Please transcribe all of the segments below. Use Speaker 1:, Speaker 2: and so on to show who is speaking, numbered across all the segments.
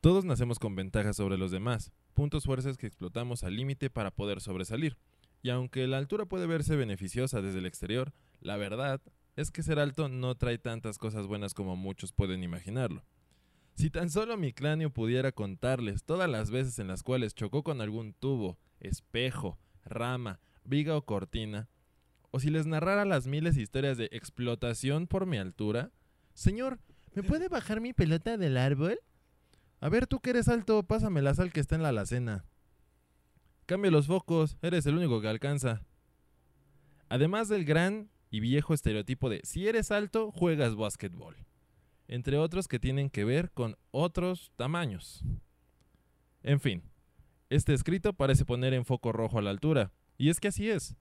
Speaker 1: Todos nacemos con ventajas sobre los demás, puntos fuertes que explotamos al límite para poder sobresalir. Y aunque la altura puede verse beneficiosa desde el exterior, la verdad es que ser alto no trae tantas cosas buenas como muchos pueden imaginarlo. Si tan solo mi cráneo pudiera contarles todas las veces en las cuales chocó con algún tubo, espejo, rama, viga o cortina, o si les narrara las miles de historias de explotación por mi altura, señor, ¿me puede bajar mi pelota del árbol? A ver, tú que eres alto, pásame la sal que está en la alacena. Cambia los focos, eres el único que alcanza. Además del gran y viejo estereotipo de si eres alto, juegas básquetbol. Entre otros que tienen que ver con otros tamaños. En fin, este escrito parece poner en foco rojo a la altura. Y es que así es.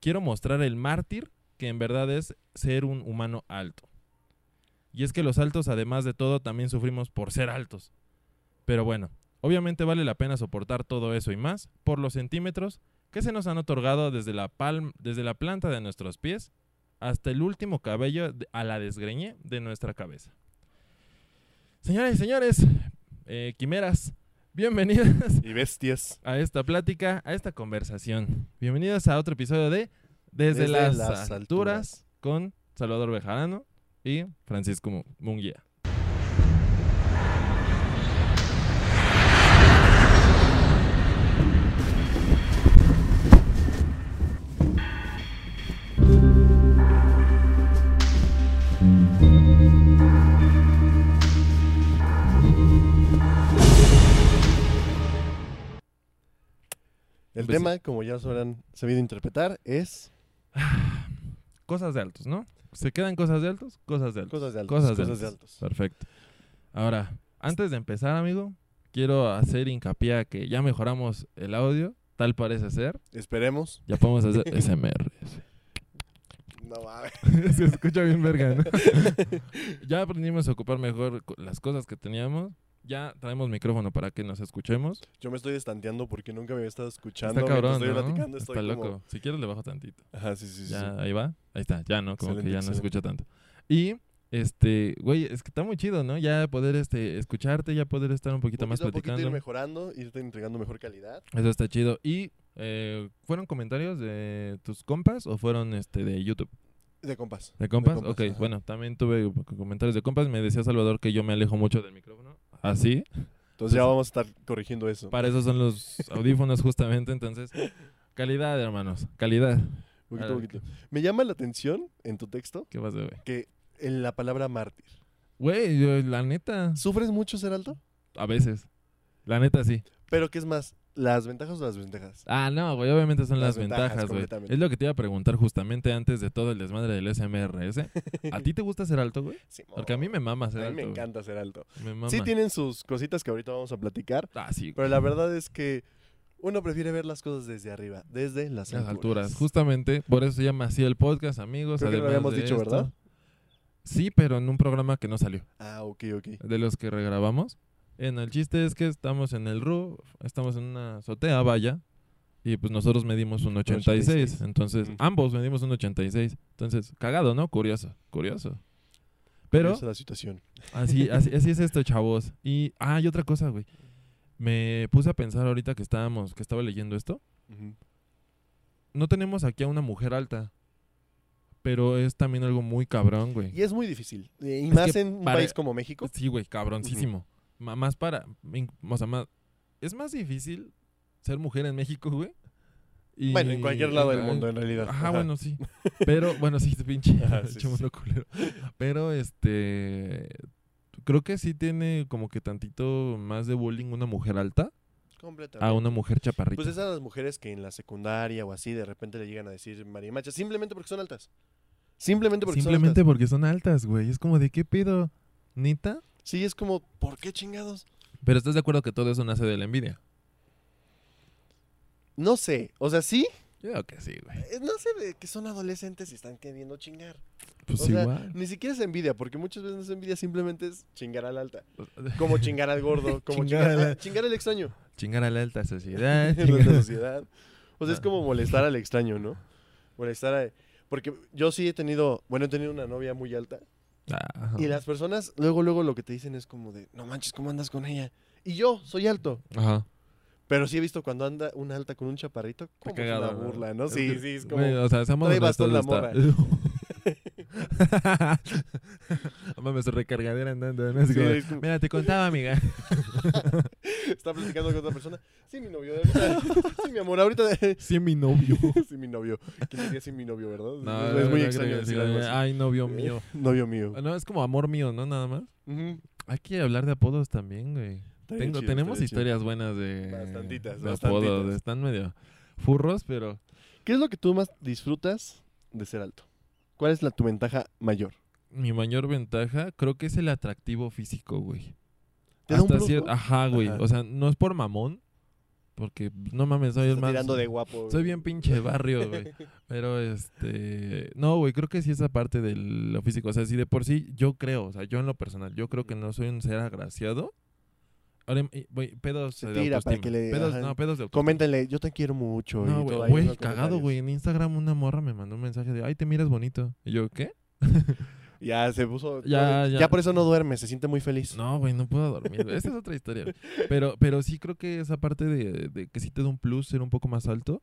Speaker 1: Quiero mostrar el mártir que en verdad es ser un humano alto. Y es que los altos, además de todo, también sufrimos por ser altos. Pero bueno, obviamente vale la pena soportar todo eso y más por los centímetros que se nos han otorgado desde la, palm, desde la planta de nuestros pies hasta el último cabello a la desgreñe de nuestra cabeza. Señoras y señores, eh, quimeras, bienvenidas
Speaker 2: Y bestias.
Speaker 1: a esta plática, a esta conversación. Bienvenidos a otro episodio de Desde,
Speaker 2: Desde
Speaker 1: las,
Speaker 2: las
Speaker 1: alturas,
Speaker 2: alturas.
Speaker 1: con Salvador Bejarano y Francisco Mu- Munguía.
Speaker 2: El
Speaker 1: Pues
Speaker 2: tema, como ya se habrán sabido interpretar, es
Speaker 1: Cosas de altos, ¿no? Se quedan cosas de altos, cosas de altos.
Speaker 2: cosas de altos.
Speaker 1: Cosas de
Speaker 2: cosas de altos.
Speaker 1: Perfecto. Ahora, antes de empezar, amigo, quiero hacer hincapié a que ya mejoramos el audio, tal parece ser.
Speaker 2: Esperemos.
Speaker 1: Ya podemos hacer SMR.
Speaker 2: No mames.
Speaker 1: Se escucha bien verga, ¿no? ya aprendimos a ocupar mejor co- las cosas que teníamos. Ya traemos micrófono para que nos escuchemos.
Speaker 2: Yo me estoy estanteando porque nunca me había estado escuchando.
Speaker 1: Está cabrón,
Speaker 2: mientras
Speaker 1: ¿no?
Speaker 2: estoy platicando, estoy
Speaker 1: Está
Speaker 2: como-
Speaker 1: loco. Si quieres le bajo tantito.
Speaker 2: Ajá, sí, sí, sí.
Speaker 1: ya, ahí va. Ahí está, ya no, como
Speaker 2: Excelente,
Speaker 1: que ya no se
Speaker 2: excelente.
Speaker 1: escucha tanto. Y, este, güey, es que está muy chido, ¿no? Ya poder, este, escucharte, ya poder estar un poquito, más
Speaker 2: Poquito a poquito
Speaker 1: platicando.
Speaker 2: ir mejorando, irte entregando mejor calidad.
Speaker 1: Eso está chido. ¿Y eh, fueron comentarios de tus compas o fueron este de YouTube?
Speaker 2: De compás.
Speaker 1: ¿De compas?
Speaker 2: compas,
Speaker 1: ok,
Speaker 2: ajá.
Speaker 1: bueno, también tuve co- comentarios de compas. Me decía Salvador que yo me alejo mucho del micrófono. ¿Ah, Así.
Speaker 2: Entonces ya vamos a estar corrigiendo eso.
Speaker 1: Para eso son los audífonos justamente. Entonces, calidad, hermanos. Calidad.
Speaker 2: Poquito
Speaker 1: a
Speaker 2: a
Speaker 1: ver.
Speaker 2: poquito. Me llama la atención en tu texto
Speaker 1: ¿Qué pasa, güey?
Speaker 2: que en la palabra mártir.
Speaker 1: Güey, yo, la neta.
Speaker 2: ¿Sufres mucho ser alto?
Speaker 1: A veces. La neta sí.
Speaker 2: Pero ¿qué es más? ¿Las ventajas o las ventajas?
Speaker 1: Ah, no, güey, obviamente son las,
Speaker 2: Las
Speaker 1: ventajas,
Speaker 2: ventajas,
Speaker 1: güey.
Speaker 2: completamente.
Speaker 1: Es lo que te iba a preguntar justamente antes de todo el desmadre del SMRS. ¿A ti te gusta ser alto, güey?
Speaker 2: Sí, mo.
Speaker 1: Porque a mí me mama ser
Speaker 2: A mí
Speaker 1: alto.
Speaker 2: me
Speaker 1: güey.
Speaker 2: encanta ser alto.
Speaker 1: Me mama.
Speaker 2: Sí tienen sus cositas que ahorita vamos a platicar,
Speaker 1: Ah, sí,
Speaker 2: pero la verdad es que uno prefiere ver las cosas desde arriba, desde las,
Speaker 1: las alturas. Justamente por eso se llama así el podcast, amigos.
Speaker 2: Creo que lo
Speaker 1: además
Speaker 2: habíamos
Speaker 1: de
Speaker 2: dicho,
Speaker 1: esto.
Speaker 2: ¿verdad?
Speaker 1: Sí, pero en un programa que no salió,
Speaker 2: Ah, ok, ok.
Speaker 1: de los que regrabamos. En el chiste es que estamos en el RU, estamos en una azotea, vaya, y pues nosotros medimos un 86,
Speaker 2: 86.
Speaker 1: entonces
Speaker 2: Ujú.
Speaker 1: ambos medimos un 86. Entonces, cagado, ¿no? Curioso, curioso. Pero
Speaker 2: Esa es la situación.
Speaker 1: Así, así, así es esto, chavos. Y, ah, y otra cosa, güey. Me puse a pensar ahorita que estábamos, que estaba leyendo esto.
Speaker 2: Ujú.
Speaker 1: No tenemos aquí a una mujer alta. Pero es también algo muy cabrón, güey.
Speaker 2: Y es muy difícil, eh, y
Speaker 1: Es
Speaker 2: más
Speaker 1: que
Speaker 2: en un
Speaker 1: para-
Speaker 2: país como México.
Speaker 1: Sí, güey, cabroncísimo. Ma- Más para, in- o sea, más... Es más difícil ser mujer en México, güey. Y-
Speaker 2: Bueno, en cualquier lado del
Speaker 1: Ay,
Speaker 2: mundo, en realidad.
Speaker 1: Ajá, bueno, sí. Pero, bueno, sí, este pinche
Speaker 2: Ajá, sí,
Speaker 1: pinche
Speaker 2: sí,
Speaker 1: mundo culero. Pero, este... Creo que sí tiene como que tantito más de bullying una mujer alta
Speaker 2: Completamente.
Speaker 1: a una mujer chaparrita.
Speaker 2: Pues esas las mujeres que en la secundaria o así de repente le llegan a decir marimacha, simplemente porque son altas. Simplemente porque
Speaker 1: Simplemente
Speaker 2: son
Speaker 1: porque son altas, güey. Es como, ¿de qué pedo? ¿Nita?
Speaker 2: altas. Sí, es como, ¿por qué chingados?
Speaker 1: Pero estás de acuerdo que todo eso nace de la envidia.
Speaker 2: No sé, o sea, sí,
Speaker 1: Yo creo que sí, güey.
Speaker 2: eh, no sé de que son adolescentes y están queriendo chingar.
Speaker 1: Pues
Speaker 2: O sea,
Speaker 1: igual.
Speaker 2: Ni siquiera es envidia, porque muchas veces no es envidia, simplemente es chingar al alta. Como chingar al gordo, como
Speaker 1: Chingar
Speaker 2: chingar,
Speaker 1: al
Speaker 2: ah,
Speaker 1: al-
Speaker 2: chingar al extraño.
Speaker 1: Chingar a la alta sociedad.
Speaker 2: En nuestra
Speaker 1: chingar-
Speaker 2: sociedad. O sea, es como molestar al extraño, ¿no? Molestar a... Porque yo sí he tenido, bueno, he tenido una novia muy alta.
Speaker 1: Ah, ajá.
Speaker 2: Y las personas, luego, luego lo que te dicen es como de, no manches, ¿cómo andas con ella? Y yo soy alto.
Speaker 1: Ajá.
Speaker 2: Pero sí he visto cuando anda una alta con un chaparrito, como es una
Speaker 1: cagado, ¿no?
Speaker 2: burla, ¿no?
Speaker 1: Es
Speaker 2: Sí,
Speaker 1: que-
Speaker 2: sí, es
Speaker 1: Güey,
Speaker 2: como...
Speaker 1: o sea, seamos
Speaker 2: trae
Speaker 1: honestos,
Speaker 2: bastón la
Speaker 1: está- No Mames, su recargadera andando. ¿no? Así
Speaker 2: Sí,
Speaker 1: como,
Speaker 2: es como-
Speaker 1: Mira, te contaba, amiga.
Speaker 2: Está platicando con otra persona. Sí, mi novio. de ahorita. Sí, mi amor, ahorita... de-
Speaker 1: Sí, mi novio.
Speaker 2: Sí, mi novio. ¿Quién diría sí, mi novio, verdad?
Speaker 1: No,
Speaker 2: es
Speaker 1: no,
Speaker 2: muy
Speaker 1: no, ah.
Speaker 2: extraño
Speaker 1: creo,
Speaker 2: decir
Speaker 1: sí,
Speaker 2: algo así. Eh.
Speaker 1: Ay, novio mío.
Speaker 2: Novio mío.
Speaker 1: No, es como amor mío, ¿no? Nada más.
Speaker 2: Ujú.
Speaker 1: Hay que hablar de apodos también, güey.
Speaker 2: Estaría
Speaker 1: Tengo-
Speaker 2: chido,
Speaker 1: tenemos
Speaker 2: estaría chido.
Speaker 1: historias buenas de,
Speaker 2: Bastantitas,
Speaker 1: de
Speaker 2: bastantitas.
Speaker 1: apodos. Están medio furros, pero
Speaker 2: ¿Qué es lo que tú más disfrutas de ser alto? ¿Cuál es la, tu ventaja mayor?
Speaker 1: mi mayor ventaja creo que es el atractivo físico, güey.
Speaker 2: ¿Te da un
Speaker 1: Hasta
Speaker 2: plus,
Speaker 1: cier-
Speaker 2: no?
Speaker 1: Ajá, güey.
Speaker 2: Ajá.
Speaker 1: O sea, no es por mamón, porque no mames, soy el
Speaker 2: Está
Speaker 1: más...
Speaker 2: tirando de guapo.
Speaker 1: Soy bien pinche barrio, güey. Pero este. No, güey, creo que sí esa parte de lo físico. O sea, sí de por sí, yo creo, o sea, yo en lo personal, yo creo que no soy un ser agraciado. Ahora, eh, güey, pedos
Speaker 2: Se
Speaker 1: eh, de
Speaker 2: tira para
Speaker 1: autoestima.
Speaker 2: que le-
Speaker 1: Pedos,
Speaker 2: ajá.
Speaker 1: no, pedos de autoestima.
Speaker 2: Coméntenle, yo te quiero mucho. y
Speaker 1: No, güey,
Speaker 2: todo ahí en
Speaker 1: güey,
Speaker 2: los
Speaker 1: cagado,
Speaker 2: comentarios.
Speaker 1: güey. En Instagram una morra me mandó un mensaje de, ay, te miras bonito. Y yo, ¿qué?
Speaker 2: Ya se puso.
Speaker 1: Ya,
Speaker 2: Ya,
Speaker 1: ya.
Speaker 2: por eso no duerme, se siente muy feliz.
Speaker 1: No, güey, no puedo dormir. güey. Esa es otra historia. güey. Pero, pero sí creo que esa parte de, de que sí te da un plus ser un poco más alto.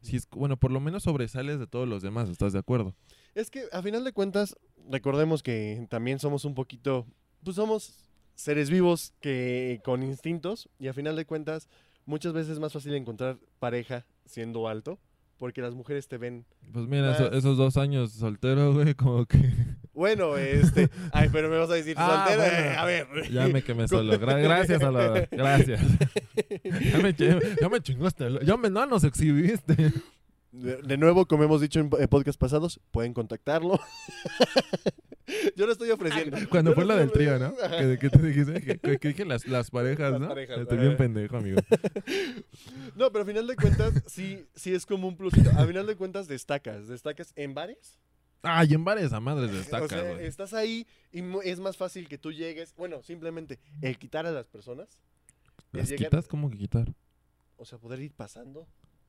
Speaker 1: Sí es, bueno, por lo menos sobresales de todos los demás, ¿estás de acuerdo?
Speaker 2: Es que a final de cuentas, recordemos que también somos un poquito. Pues somos seres vivos que con instintos. Y a final de cuentas, muchas veces es más fácil encontrar pareja siendo alto. Porque las mujeres te ven.
Speaker 1: Pues mira, eso-
Speaker 2: Más.
Speaker 1: esos dos años soltero, güey, como que
Speaker 2: Bueno, este. Ay, pero me vas a decir
Speaker 1: Ah,
Speaker 2: soltero.
Speaker 1: bueno.
Speaker 2: eh, a ver.
Speaker 1: ya me quemé solo. Gra- gracias, Salvador. Gracias. ya, me, ch- ya me chingaste. lo- Ya me, no nos exhibiste.
Speaker 2: De de nuevo, como hemos dicho en po- eh, podcasts pasados, pueden contactarlo. Yo no estoy ofreciendo.
Speaker 1: Ah, Cuando
Speaker 2: Yo
Speaker 1: fue
Speaker 2: no
Speaker 1: lo del
Speaker 2: estoy
Speaker 1: trío,
Speaker 2: ofreciendo.
Speaker 1: ¿no? Que, que te dijiste que, que- que dije las, las parejas,
Speaker 2: Las
Speaker 1: ¿no?
Speaker 2: parejas,
Speaker 1: Estoy
Speaker 2: ajá.
Speaker 1: bien pendejo, amigo.
Speaker 2: No, pero a final de cuentas, sí, sí es como un plusito. A final de cuentas, destacas. Destacas en bares.
Speaker 1: Ah, y en bares a madres destaca,
Speaker 2: o sea,
Speaker 1: güey.
Speaker 2: estás ahí y mu- es más fácil que tú llegues. Bueno, simplemente el quitar a las personas. el
Speaker 1: ¿Las
Speaker 2: llegar-
Speaker 1: quitas? ¿Cómo que quitar?
Speaker 2: O sea, poder ir pasando.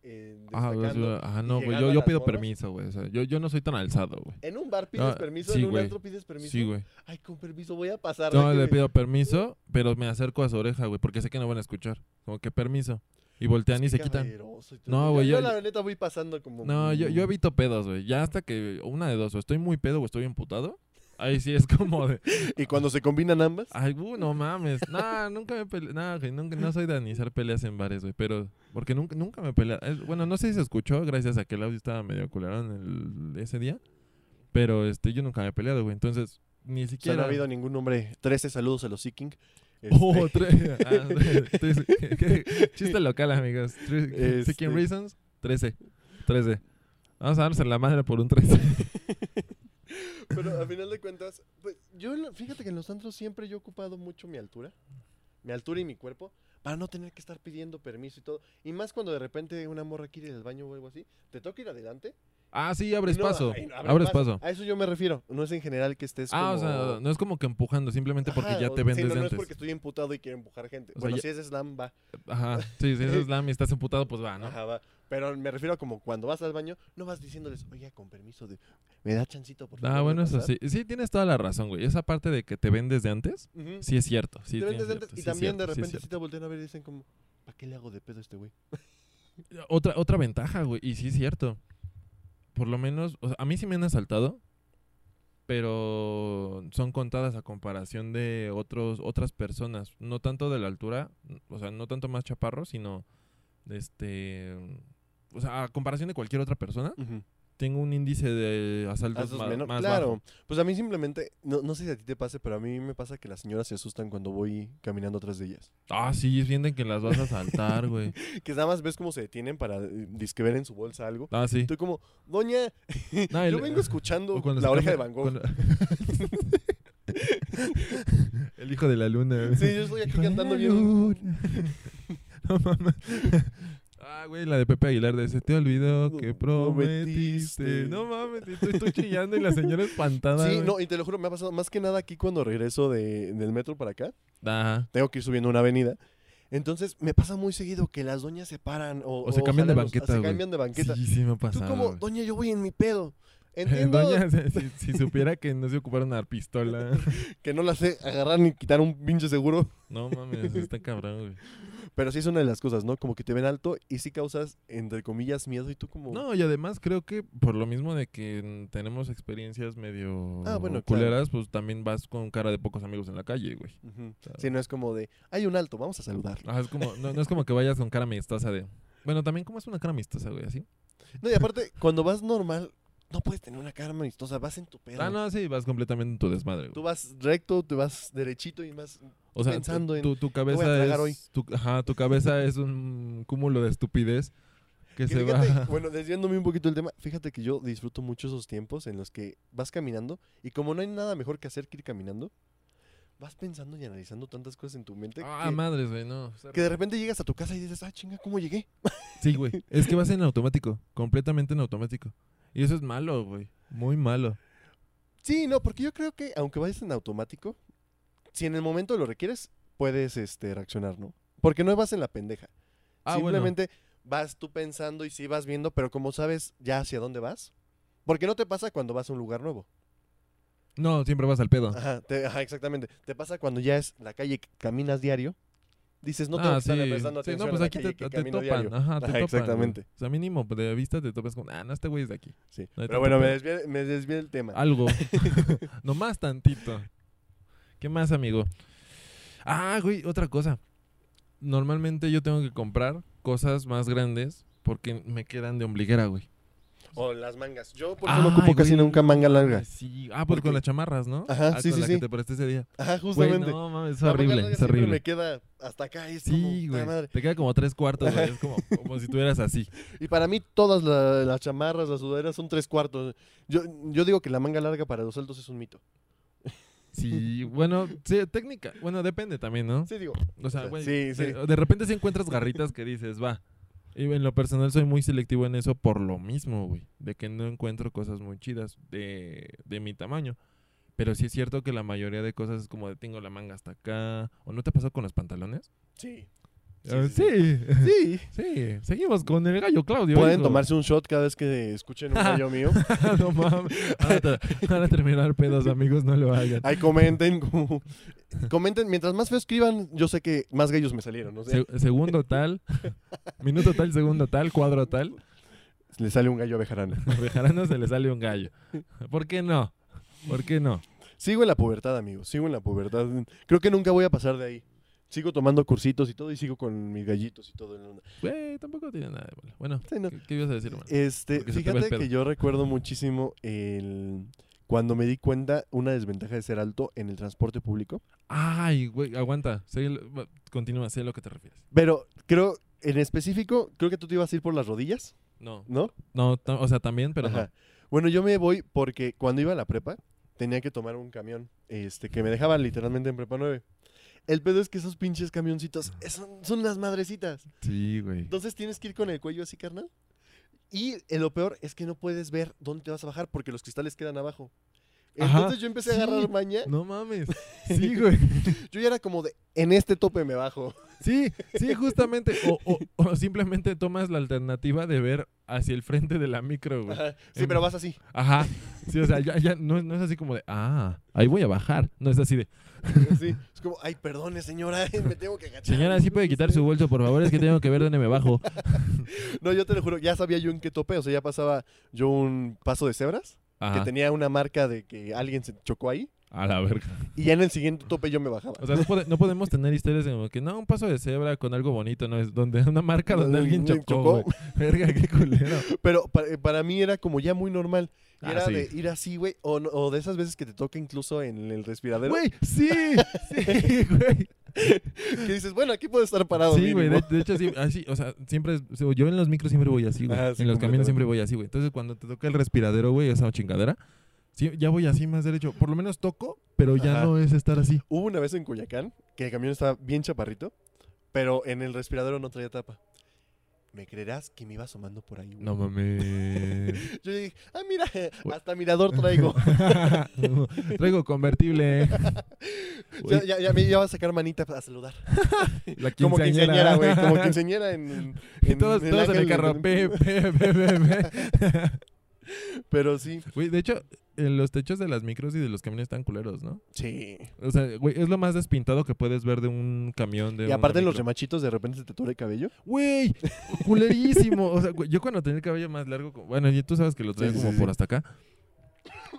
Speaker 2: eh,
Speaker 1: Ah, güey,
Speaker 2: destacando.
Speaker 1: sí, ah,
Speaker 2: y
Speaker 1: no, güey.
Speaker 2: llegando
Speaker 1: Yo,
Speaker 2: a
Speaker 1: yo
Speaker 2: las
Speaker 1: pido
Speaker 2: morras.
Speaker 1: permiso, güey. O sea, yo, yo no soy tan alzado, güey.
Speaker 2: En un bar pides
Speaker 1: Ah,
Speaker 2: permiso,
Speaker 1: sí,
Speaker 2: en un
Speaker 1: güey.
Speaker 2: antro pides permiso.
Speaker 1: Sí, güey.
Speaker 2: Ay, con permiso voy a pasar.
Speaker 1: No,
Speaker 2: déjeme.
Speaker 1: le pido permiso, pero me acerco a su oreja, güey, porque sé que no van a escuchar. Como que permiso. Y voltean y
Speaker 2: Es
Speaker 1: se
Speaker 2: que
Speaker 1: quitan.
Speaker 2: caballeroso y todo.
Speaker 1: No,
Speaker 2: Yo-
Speaker 1: güey,
Speaker 2: Yo,
Speaker 1: yo-
Speaker 2: la neta voy pasando como.
Speaker 1: No, yo, yo evito pedos, güey. Ya hasta que una de dos, o estoy muy pedo o estoy emputado. Ahí sí es como de,
Speaker 2: Y cuando se combinan ambas.
Speaker 1: ay, uh, no mames. No, nunca me peleé. No, güey, nunca, no soy de anizar peleas en bares, güey. Pero, porque nunca, nunca me peleé. Es- Bueno, no sé si se escuchó, gracias a que el audio estaba medio culerón el- ese día. Pero, este, yo nunca me he peleado, güey. Entonces, ni
Speaker 2: o sea,
Speaker 1: siquiera.
Speaker 2: no ha habido ningún nombre. 13 saludos a los Este, Seeking.
Speaker 1: Oh, tre- ah, tres- Chiste local, amigos. Tre-
Speaker 2: Este.
Speaker 1: Seeking Reasons, 13. 13. Vamos a darnos en la madre por un 13.
Speaker 2: Pero a final de cuentas, pues, yo en la- fíjate que en los antros siempre yo he ocupado mucho mi altura, mi altura y mi cuerpo, para no tener que estar pidiendo permiso y todo. Y más cuando de repente una morra quiere ir al baño o algo así, te toca ir adelante.
Speaker 1: Ah, sí, abres
Speaker 2: y no-
Speaker 1: paso.
Speaker 2: ay, no,
Speaker 1: Abres paso.
Speaker 2: A eso yo me refiero. No es en general que estés.
Speaker 1: Ah, o
Speaker 2: como-
Speaker 1: sea, no es como que empujando, simplemente porque
Speaker 2: Ajá,
Speaker 1: ya
Speaker 2: o-
Speaker 1: te ven
Speaker 2: sí, no,
Speaker 1: desde
Speaker 2: no
Speaker 1: antes.
Speaker 2: es porque estoy emputado y quiero empujar gente.
Speaker 1: O sea,
Speaker 2: bueno,
Speaker 1: ya-
Speaker 2: si es slam, va.
Speaker 1: Ajá. Sí, si eso es slam y estás emputado, pues va, ¿no?
Speaker 2: Eh, Ajá, va. Pero me refiero a como cuando vas al baño, no vas diciéndoles, oiga, con permiso, de... me da chancito, por favor.
Speaker 1: Ah,
Speaker 2: de
Speaker 1: bueno, eso
Speaker 2: pasar?"
Speaker 1: sí. Sí, tienes toda la razón, güey. Esa parte de que te ven desde antes,
Speaker 2: Ujú.
Speaker 1: sí es cierto. Sí,
Speaker 2: Te ven
Speaker 1: tienes
Speaker 2: desde antes
Speaker 1: cierto,
Speaker 2: y
Speaker 1: sí es
Speaker 2: también de
Speaker 1: cierto, sí es
Speaker 2: repente
Speaker 1: cierto.
Speaker 2: si te voltean a ver y dicen como, ¿para qué le hago de pedo a este güey?
Speaker 1: Otra, otra ventaja, güey. Y sí es cierto. Por lo menos, o sea, a mí sí me han asaltado. Pero son contadas a comparación de otros, otras personas. No tanto de la altura, n- o sea, no tanto más chaparro, sino este. O sea, a comparación de cualquier otra persona, tengo un índice de asaltos
Speaker 2: Haces
Speaker 1: ma-
Speaker 2: menor-
Speaker 1: más
Speaker 2: claro,
Speaker 1: bajo.
Speaker 2: pues a mí simplemente, no, no sé si a ti te pase, pero a mí me pasa que las señoras se asustan cuando voy caminando atrás de ellas.
Speaker 1: Ah, sí, sienten que las vas a asaltar, güey.
Speaker 2: Que nada más ves cómo se detienen para eh, disque ver en su bolsa algo.
Speaker 1: Ah, sí.
Speaker 2: Y tú como, doña,
Speaker 1: No,
Speaker 2: yo
Speaker 1: el-
Speaker 2: vengo escuchando
Speaker 1: O cuando
Speaker 2: la
Speaker 1: se
Speaker 2: oreja de
Speaker 1: cambia-
Speaker 2: Van Gogh.
Speaker 1: cuando- El hijo de la luna.
Speaker 2: Sí, yo estoy aquí
Speaker 1: Hijo de
Speaker 2: cantando
Speaker 1: la
Speaker 2: bien.
Speaker 1: luna. no mames. Ah, güey, la de Pepe Aguilar de se te olvidó que
Speaker 2: No,
Speaker 1: prometiste.
Speaker 2: prometiste.
Speaker 1: No mames, estoy, estoy chillando y la señora espantada.
Speaker 2: Sí,
Speaker 1: güey.
Speaker 2: no, y te lo juro, me ha pasado más que nada aquí cuando regreso de- del metro para acá.
Speaker 1: Ajá.
Speaker 2: tengo que ir subiendo una avenida. Entonces, me pasa muy seguido que las doñas se paran o,
Speaker 1: O se cambian de
Speaker 2: jalan los-
Speaker 1: banqueta,
Speaker 2: Se
Speaker 1: güey.
Speaker 2: cambian de banqueta.
Speaker 1: Sí, sí me ha
Speaker 2: Tú
Speaker 1: pasado.
Speaker 2: como,
Speaker 1: güey.
Speaker 2: doña, yo voy en mi pedo. Entiendo
Speaker 1: Doña, si, si- si supiera que no se ocuparon una pistola.
Speaker 2: que no la sé agarrar ni quitar un pinche seguro,
Speaker 1: No mames, está cabrón, güey.
Speaker 2: pero sí es una de las cosas, ¿no? Como que te ven alto y sí causas, entre comillas, miedo y tú como...
Speaker 1: No, y además creo que por lo mismo de que mm, tenemos experiencias medio
Speaker 2: Ah, bueno, claro.
Speaker 1: culeras, pues también vas con cara de pocos amigos en la calle, güey.
Speaker 2: Ujú. Sí, no es como de, hay un alto, vamos a saludarlo.
Speaker 1: Ajá, es como, no, no es como que vayas con cara amistosa de. Bueno, también como es una cara amistosa, güey, así.
Speaker 2: Eh, No, y aparte, cuando vas normal, no puedes tener una cara amistosa, vas en tu pedo.
Speaker 1: Ah, no, sí, vas completamente en tu desmadre,
Speaker 2: Tú
Speaker 1: güey.
Speaker 2: vas recto, te vas derechito y más...
Speaker 1: O sea,
Speaker 2: pensando
Speaker 1: tu,
Speaker 2: en,
Speaker 1: tu, tu
Speaker 2: voy a
Speaker 1: cabeza
Speaker 2: tragar hoy?
Speaker 1: es. Tu, ajá, tu cabeza es un cúmulo de estupidez que,
Speaker 2: Que
Speaker 1: se
Speaker 2: fíjate,
Speaker 1: va.
Speaker 2: Bueno, desviándome un poquito del tema, fíjate que yo disfruto mucho esos tiempos en los que vas caminando y como no hay nada mejor que hacer que ir caminando, vas pensando y analizando tantas cosas en tu mente
Speaker 1: Ah,
Speaker 2: que,
Speaker 1: madres, güey, no.
Speaker 2: que de repente llegas a tu casa y dices, ah, chinga, ¿cómo llegué?
Speaker 1: Sí, güey. Es que vas en automático, completamente en automático. Y eso es malo, güey. Muy malo.
Speaker 2: Sí, no, porque yo creo que aunque vayas en automático, si en el momento lo requieres, puedes este, reaccionar, ¿no? Porque no vas en la pendeja.
Speaker 1: Ah, bueno.
Speaker 2: Simplemente vas tú pensando y sí vas viendo, pero como sabes ya hacia dónde vas, porque no te pasa cuando vas a un lugar nuevo.
Speaker 1: No, siempre vas al pedo.
Speaker 2: Ajá, te- ajá, exactamente. Te pasa cuando ya es la calle que caminas diario. Dices, no tengo que estarle prestando
Speaker 1: Ah, Sí,
Speaker 2: atención.
Speaker 1: no, pues
Speaker 2: a la
Speaker 1: aquí
Speaker 2: calle
Speaker 1: te,
Speaker 2: que
Speaker 1: te
Speaker 2: camino
Speaker 1: topan.
Speaker 2: diario.
Speaker 1: Ajá, te
Speaker 2: Ajá,
Speaker 1: topan.
Speaker 2: exactimo.
Speaker 1: güey. O sea, mínimo de vista te topas con, ah, no, este güey es de aquí.
Speaker 2: Sí.
Speaker 1: No Ah, hay
Speaker 2: Pero
Speaker 1: tanto
Speaker 2: bueno, me
Speaker 1: pedo.
Speaker 2: desvié, me desvié el tema.
Speaker 1: Algo. Nomás tantito. ¿Qué más, amigo? Ah, güey, otra cosa. Normalmente yo tengo que comprar cosas más grandes porque me quedan de ombliguera, güey.
Speaker 2: O las mangas. Yo por eso no
Speaker 1: Ay,
Speaker 2: ocupo casi
Speaker 1: Ah, güey,
Speaker 2: nunca manga larga.
Speaker 1: Ah, sí. Ah, porque
Speaker 2: Porque-
Speaker 1: con las chamarras, ¿no?
Speaker 2: Ajá,
Speaker 1: Ah,
Speaker 2: sí,
Speaker 1: con
Speaker 2: sí,
Speaker 1: la
Speaker 2: sí.
Speaker 1: que te presté ese día.
Speaker 2: Ajá,
Speaker 1: Güey,
Speaker 2: justamente.
Speaker 1: no, mames, es
Speaker 2: La manga
Speaker 1: horrible,
Speaker 2: larga
Speaker 1: es
Speaker 2: siempre
Speaker 1: horrible.
Speaker 2: me queda hasta acá y es como,
Speaker 1: Sí,
Speaker 2: "Ta
Speaker 1: güey.
Speaker 2: madre".
Speaker 1: Te queda como tres cuartos, güey. Es como, como si tuvieras así.
Speaker 2: Y para mí todas la- las chamarras, las sudaderas son tres cuartos. Yo, yo digo que la manga larga para los altos es un mito.
Speaker 1: Sí, bueno, sí, técnica. Bueno, depende también, ¿no?
Speaker 2: Sí, digo.
Speaker 1: O
Speaker 2: O
Speaker 1: sea,
Speaker 2: sea,
Speaker 1: güey,
Speaker 2: sí,
Speaker 1: de,
Speaker 2: sí.
Speaker 1: de repente si encuentras garritas que dices, va. Y en lo personal soy muy selectivo en eso por lo mismo, güey. De que no encuentro cosas muy chidas de, de mi tamaño. Pero sí es cierto que la mayoría de cosas es como de tengo la manga hasta acá. ¿O no te pasó con los pantalones?
Speaker 2: Sí.
Speaker 1: Ah,
Speaker 2: Sí, sí,
Speaker 1: Sí, sí.
Speaker 2: Sí.
Speaker 1: Seguimos con el gallo Claudio.
Speaker 2: Pueden
Speaker 1: hijo.
Speaker 2: tomarse un shot cada vez que escuchen un gallo mío.
Speaker 1: Ah, no mames. Van a, ter- van a terminar pedos, amigos, no lo hagan.
Speaker 2: Ahí comenten, como- comenten, mientras más feo escriban, yo sé que más gallos me salieron, no sé.
Speaker 1: Se- segundo tal, minuto tal, segundo tal, cuadro tal.
Speaker 2: Le sale un gallo abejarana.
Speaker 1: no se le sale un gallo. ¿Por qué no? ¿Por qué no?
Speaker 2: Sigo en la pubertad, amigos, sigo en la pubertad. Creo que nunca voy a pasar de ahí. Sigo tomando cursitos y todo y sigo con mis gallitos y todo. en la onda.
Speaker 1: Güey, tampoco tiene nada de malo. Bueno,
Speaker 2: Sí, no.
Speaker 1: ¿qué, qué ibas a decir, hermano?
Speaker 2: Este,
Speaker 1: Porque se te va el
Speaker 2: fíjate que
Speaker 1: pedo.
Speaker 2: yo recuerdo muchísimo el cuando me di cuenta una desventaja de ser alto en el transporte público,
Speaker 1: Ay, güey, aguanta. Sé el- va- continúa, sé a lo que te refieres.
Speaker 2: pero creo en específico, creo que tú te ibas a ir por las rodillas,
Speaker 1: No,
Speaker 2: ¿no?
Speaker 1: no, ta- o sea, también, pero
Speaker 2: Ajá. Bueno, yo me voy porque cuando iba a la prepa tenía que tomar un camión este, que me dejaba literalmente en prepa 9. El pedo es que esos pinches camioncitos
Speaker 1: Ah.
Speaker 2: eh, son, son las madrecitas.
Speaker 1: no. Sí, güey.
Speaker 2: Entonces tienes que ir con el cuello así, carnal. Y eh, lo peor es que no puedes ver dónde te vas a bajar porque los cristales quedan abajo.
Speaker 1: Ajá,
Speaker 2: Entonces yo empecé a
Speaker 1: sí.
Speaker 2: agarrar maña.
Speaker 1: No mames. Sí, güey.
Speaker 2: Yo ya era como de, en este tope me bajo.
Speaker 1: Sí, sí, justamente. O, o- o simplemente tomas la alternativa de ver hacia el frente de la micro, güey.
Speaker 2: Ajá. Sí, pero vas así.
Speaker 1: Ajá. Sí, o sea, ya, ya no, no es así como de, ah, ahí voy a bajar. No es así de,
Speaker 2: Sí. Es como, ay, perdone, señora, me tengo que agachar.
Speaker 1: señora, sí puede quitar su bolso, por favor, es que tengo que ver dónde me bajo.
Speaker 2: No, yo te lo juro, ya sabía yo en qué tope. O sea, ya pasaba yo un paso de cebras. que
Speaker 1: Ajá.
Speaker 2: tenía una marca de que alguien se chocó ahí.
Speaker 1: A la verga.
Speaker 2: Y ya en el siguiente tope yo me bajaba.
Speaker 1: O sea, no, pode- no podemos tener historias como que, no, un paso de cebra con algo bonito, ¿no? Es donde una marca donde
Speaker 2: Donde
Speaker 1: alguien
Speaker 2: alguien
Speaker 1: chocó,
Speaker 2: chocó.
Speaker 1: güey. Verga, qué culero.
Speaker 2: Pero para, para mí era como ya muy normal. Y
Speaker 1: Ah,
Speaker 2: era
Speaker 1: sí.
Speaker 2: de ir así, güey. O, no- o de esas veces que te toca incluso en el respiradero.
Speaker 1: Güey, sí, sí, güey.
Speaker 2: Que dices, bueno, aquí puedo estar parado.
Speaker 1: Sí, güey, de,
Speaker 2: mínimo".
Speaker 1: de hecho, sí, así, o sea, siempre, yo en los micros siempre voy así, güey.
Speaker 2: Ah, sí,
Speaker 1: en los
Speaker 2: completamente.
Speaker 1: caminos siempre voy así, güey. Entonces, cuando te toca el respiradero, güey, esa chingadera, sí, ya voy así más derecho. Por lo menos toco, pero ya
Speaker 2: Ajá.
Speaker 1: no es estar así.
Speaker 2: Hubo una vez en Culiacán que el camión estaba bien chaparrito. Pero en el respiradero no traía tapa. ¿Me creerás que me iba asomando por ahí, güey?
Speaker 1: No mames.
Speaker 2: Yo dije, ah, mira, hasta mirador traigo.
Speaker 1: Traigo convertible.
Speaker 2: ya, ya, ya me iba a sacar manita a saludar.
Speaker 1: La
Speaker 2: Como quinceañera, güey. Como quinceañera en.
Speaker 1: Y todos,
Speaker 2: el
Speaker 1: todos en el
Speaker 2: Ángel de
Speaker 1: carro.
Speaker 2: Guadalupe.
Speaker 1: Pe, pe, pe, pe, pe.
Speaker 2: Pero sí.
Speaker 1: Güey, de hecho, en los techos de las micros y de los camiones están culeros, ¿no?
Speaker 2: Sí.
Speaker 1: O sea, güey, es lo más despintado que puedes ver de un camión de
Speaker 2: Y aparte en los
Speaker 1: demás
Speaker 2: remachitos de repente se te tura el cabello.
Speaker 1: Güey, culerísimo. O sea, güey, yo cuando tenía el cabello más largo, como- bueno, y tú sabes que lo traía
Speaker 2: sí,
Speaker 1: como
Speaker 2: sí.
Speaker 1: por hasta acá.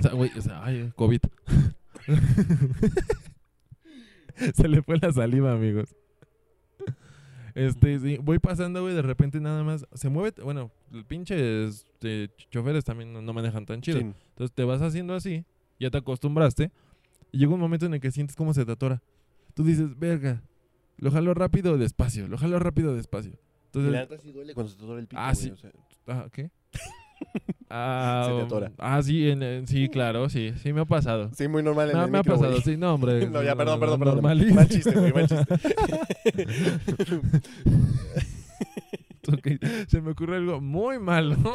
Speaker 1: O sea, güey, o sea, ay, COVID. Se le fue la saliva, amigos. Este, sí, voy pasando, güey, de repente nada más se mueve, bueno, el pinche este, ch- choferes también no, no manejan tan chido.
Speaker 2: Sí.
Speaker 1: Entonces te vas haciendo así, ya te acostumbraste, y llega un momento en el que sientes cómo se te atora. Tú dices, verga, lo jalo rápido o despacio, lo jalo rápido o despacio.
Speaker 2: Y
Speaker 1: Entonces,
Speaker 2: la neta sí duele cuando se te tura el pico.
Speaker 1: Ah,
Speaker 2: güey,
Speaker 1: sí.
Speaker 2: o sea,
Speaker 1: ah, ¿qué? Ah,
Speaker 2: Se te
Speaker 1: um,
Speaker 2: atora.
Speaker 1: Ah, sí, en- en- sí, claro, sí, sí me ha pasado.
Speaker 2: sí, muy normal en
Speaker 1: Me,
Speaker 2: el
Speaker 1: me ha
Speaker 2: micro,
Speaker 1: pasado,
Speaker 2: güey.
Speaker 1: sí, no, hombre.
Speaker 2: No, ya, perdón, perdón, perdón.
Speaker 1: normalísimo.
Speaker 2: Mal chiste, güey, mal chiste.
Speaker 1: Ok, Se me ocurre algo muy malo.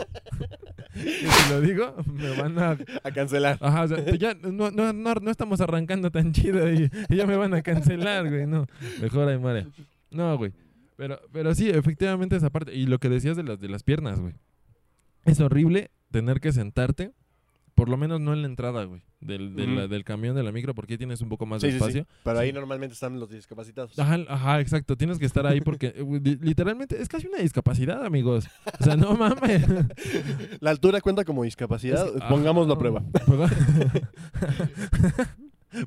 Speaker 1: Que si lo digo, me van a
Speaker 2: A cancelar.
Speaker 1: Ajá, o sea, pues ya no, no, no, no estamos arrancando tan chido y, y ya me van a cancelar, güey. No, mejor ahí muere. No, güey. Pero, pero sí, efectivamente esa parte. Y lo que decías de las, de las piernas, güey. Es horrible tener que sentarte, por lo menos no en la entrada, güey, del, de la-
Speaker 2: Ujú.
Speaker 1: del camión, de la micro, porque ahí tienes un poco más
Speaker 2: Sí,
Speaker 1: de
Speaker 2: sí,
Speaker 1: espacio.
Speaker 2: sí. Pero
Speaker 1: Sí. Ah.
Speaker 2: ahí normalmente están los discapacitados.
Speaker 1: Ajá, ajá, exacto. Tienes que estar ahí porque eh, güey, li- literalmente es casi una discapacidad, amigos. O sea, no mames.
Speaker 2: La altura cuenta como discapacidad.
Speaker 1: Es que-
Speaker 2: Pongámoslo a
Speaker 1: ah,
Speaker 2: prueba.
Speaker 1: prueba.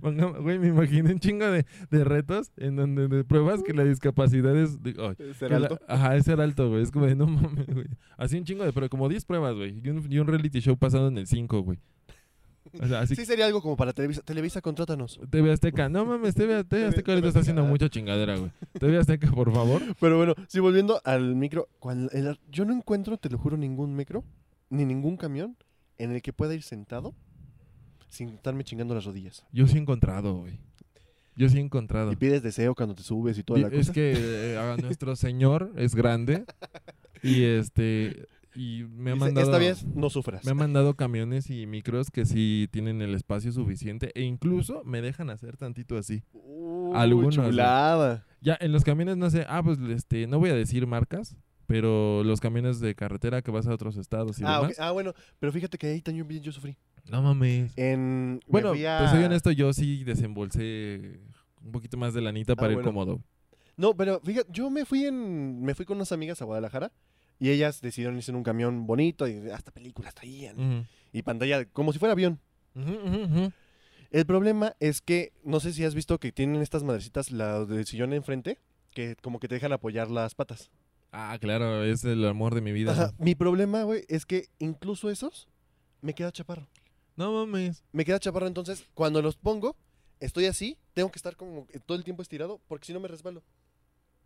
Speaker 1: Pongamos- güey, me imaginé un chingo de, de retos en donde de pruebas que la discapacidad es. de- ay,
Speaker 2: Ser
Speaker 1: que la-
Speaker 2: alto.
Speaker 1: ajá, es ser alto, güey. Es como de no mames, güey. Así un chingo de. Pero como 10 pruebas, güey. Y un, y un reality show pasado en el 5, güey. O sea, así.
Speaker 2: Sí, sería algo como para Televisa. Televisa, contrátanos.
Speaker 1: TV Azteca, no mames, TV, Azteca- TV Azteca ahorita está haciendo mucha chingadera, güey. TV Azteca, por favor.
Speaker 2: Pero bueno, sí, volviendo al micro. cuan- el- yo no encuentro, te lo juro, ningún micro, ni ningún camión en el que pueda ir sentado sin estarme chingando las rodillas.
Speaker 1: Yo sí he encontrado, güey. Yo sí he encontrado.
Speaker 2: Y pides deseo cuando te subes y toda la
Speaker 1: Di- es
Speaker 2: cosa.
Speaker 1: que eh, a nuestro señor es grande y este y me ha
Speaker 2: Dice,
Speaker 1: mandado
Speaker 2: Esta vez no sufras.
Speaker 1: me ha mandado camiones y micros que sí tienen el espacio suficiente e incluso me dejan hacer tantito así.
Speaker 2: Uy,
Speaker 1: Algunos, güey.
Speaker 2: chulada.
Speaker 1: Ya en los camiones no sé, ah pues este no voy a decir marcas, pero los camiones de carretera que vas a otros estados y
Speaker 2: Ah, ok.
Speaker 1: demás.
Speaker 2: Ah, bueno, pero fíjate que ahí también yo sufrí.
Speaker 1: No mames.
Speaker 2: En, me
Speaker 1: Bueno, pues,
Speaker 2: fui a-
Speaker 1: te soy honesto, yo sí desembolsé un poquito más de lanita para ir
Speaker 2: Ah, bueno.
Speaker 1: cómodo.
Speaker 2: No, pero fíjate, yo me fui en, me fui con unas amigas a Guadalajara y ellas decidieron irse en un camión bonito y hasta películas traían
Speaker 1: Ujú.
Speaker 2: y pantalla como si fuera avión.
Speaker 1: Ujú, ujú, ujú.
Speaker 2: El problema es que no sé si has visto que tienen estas madrecitas la del sillón enfrente que como que te dejan apoyar las patas.
Speaker 1: Ah, claro, es el amor de mi vida.
Speaker 2: Ajá, Mi problema, güey, es que incluso esos me queda chaparro.
Speaker 1: No mames.
Speaker 2: Me queda chaparro, entonces cuando los pongo estoy así, tengo que estar como que todo el tiempo estirado porque si no me resbalo.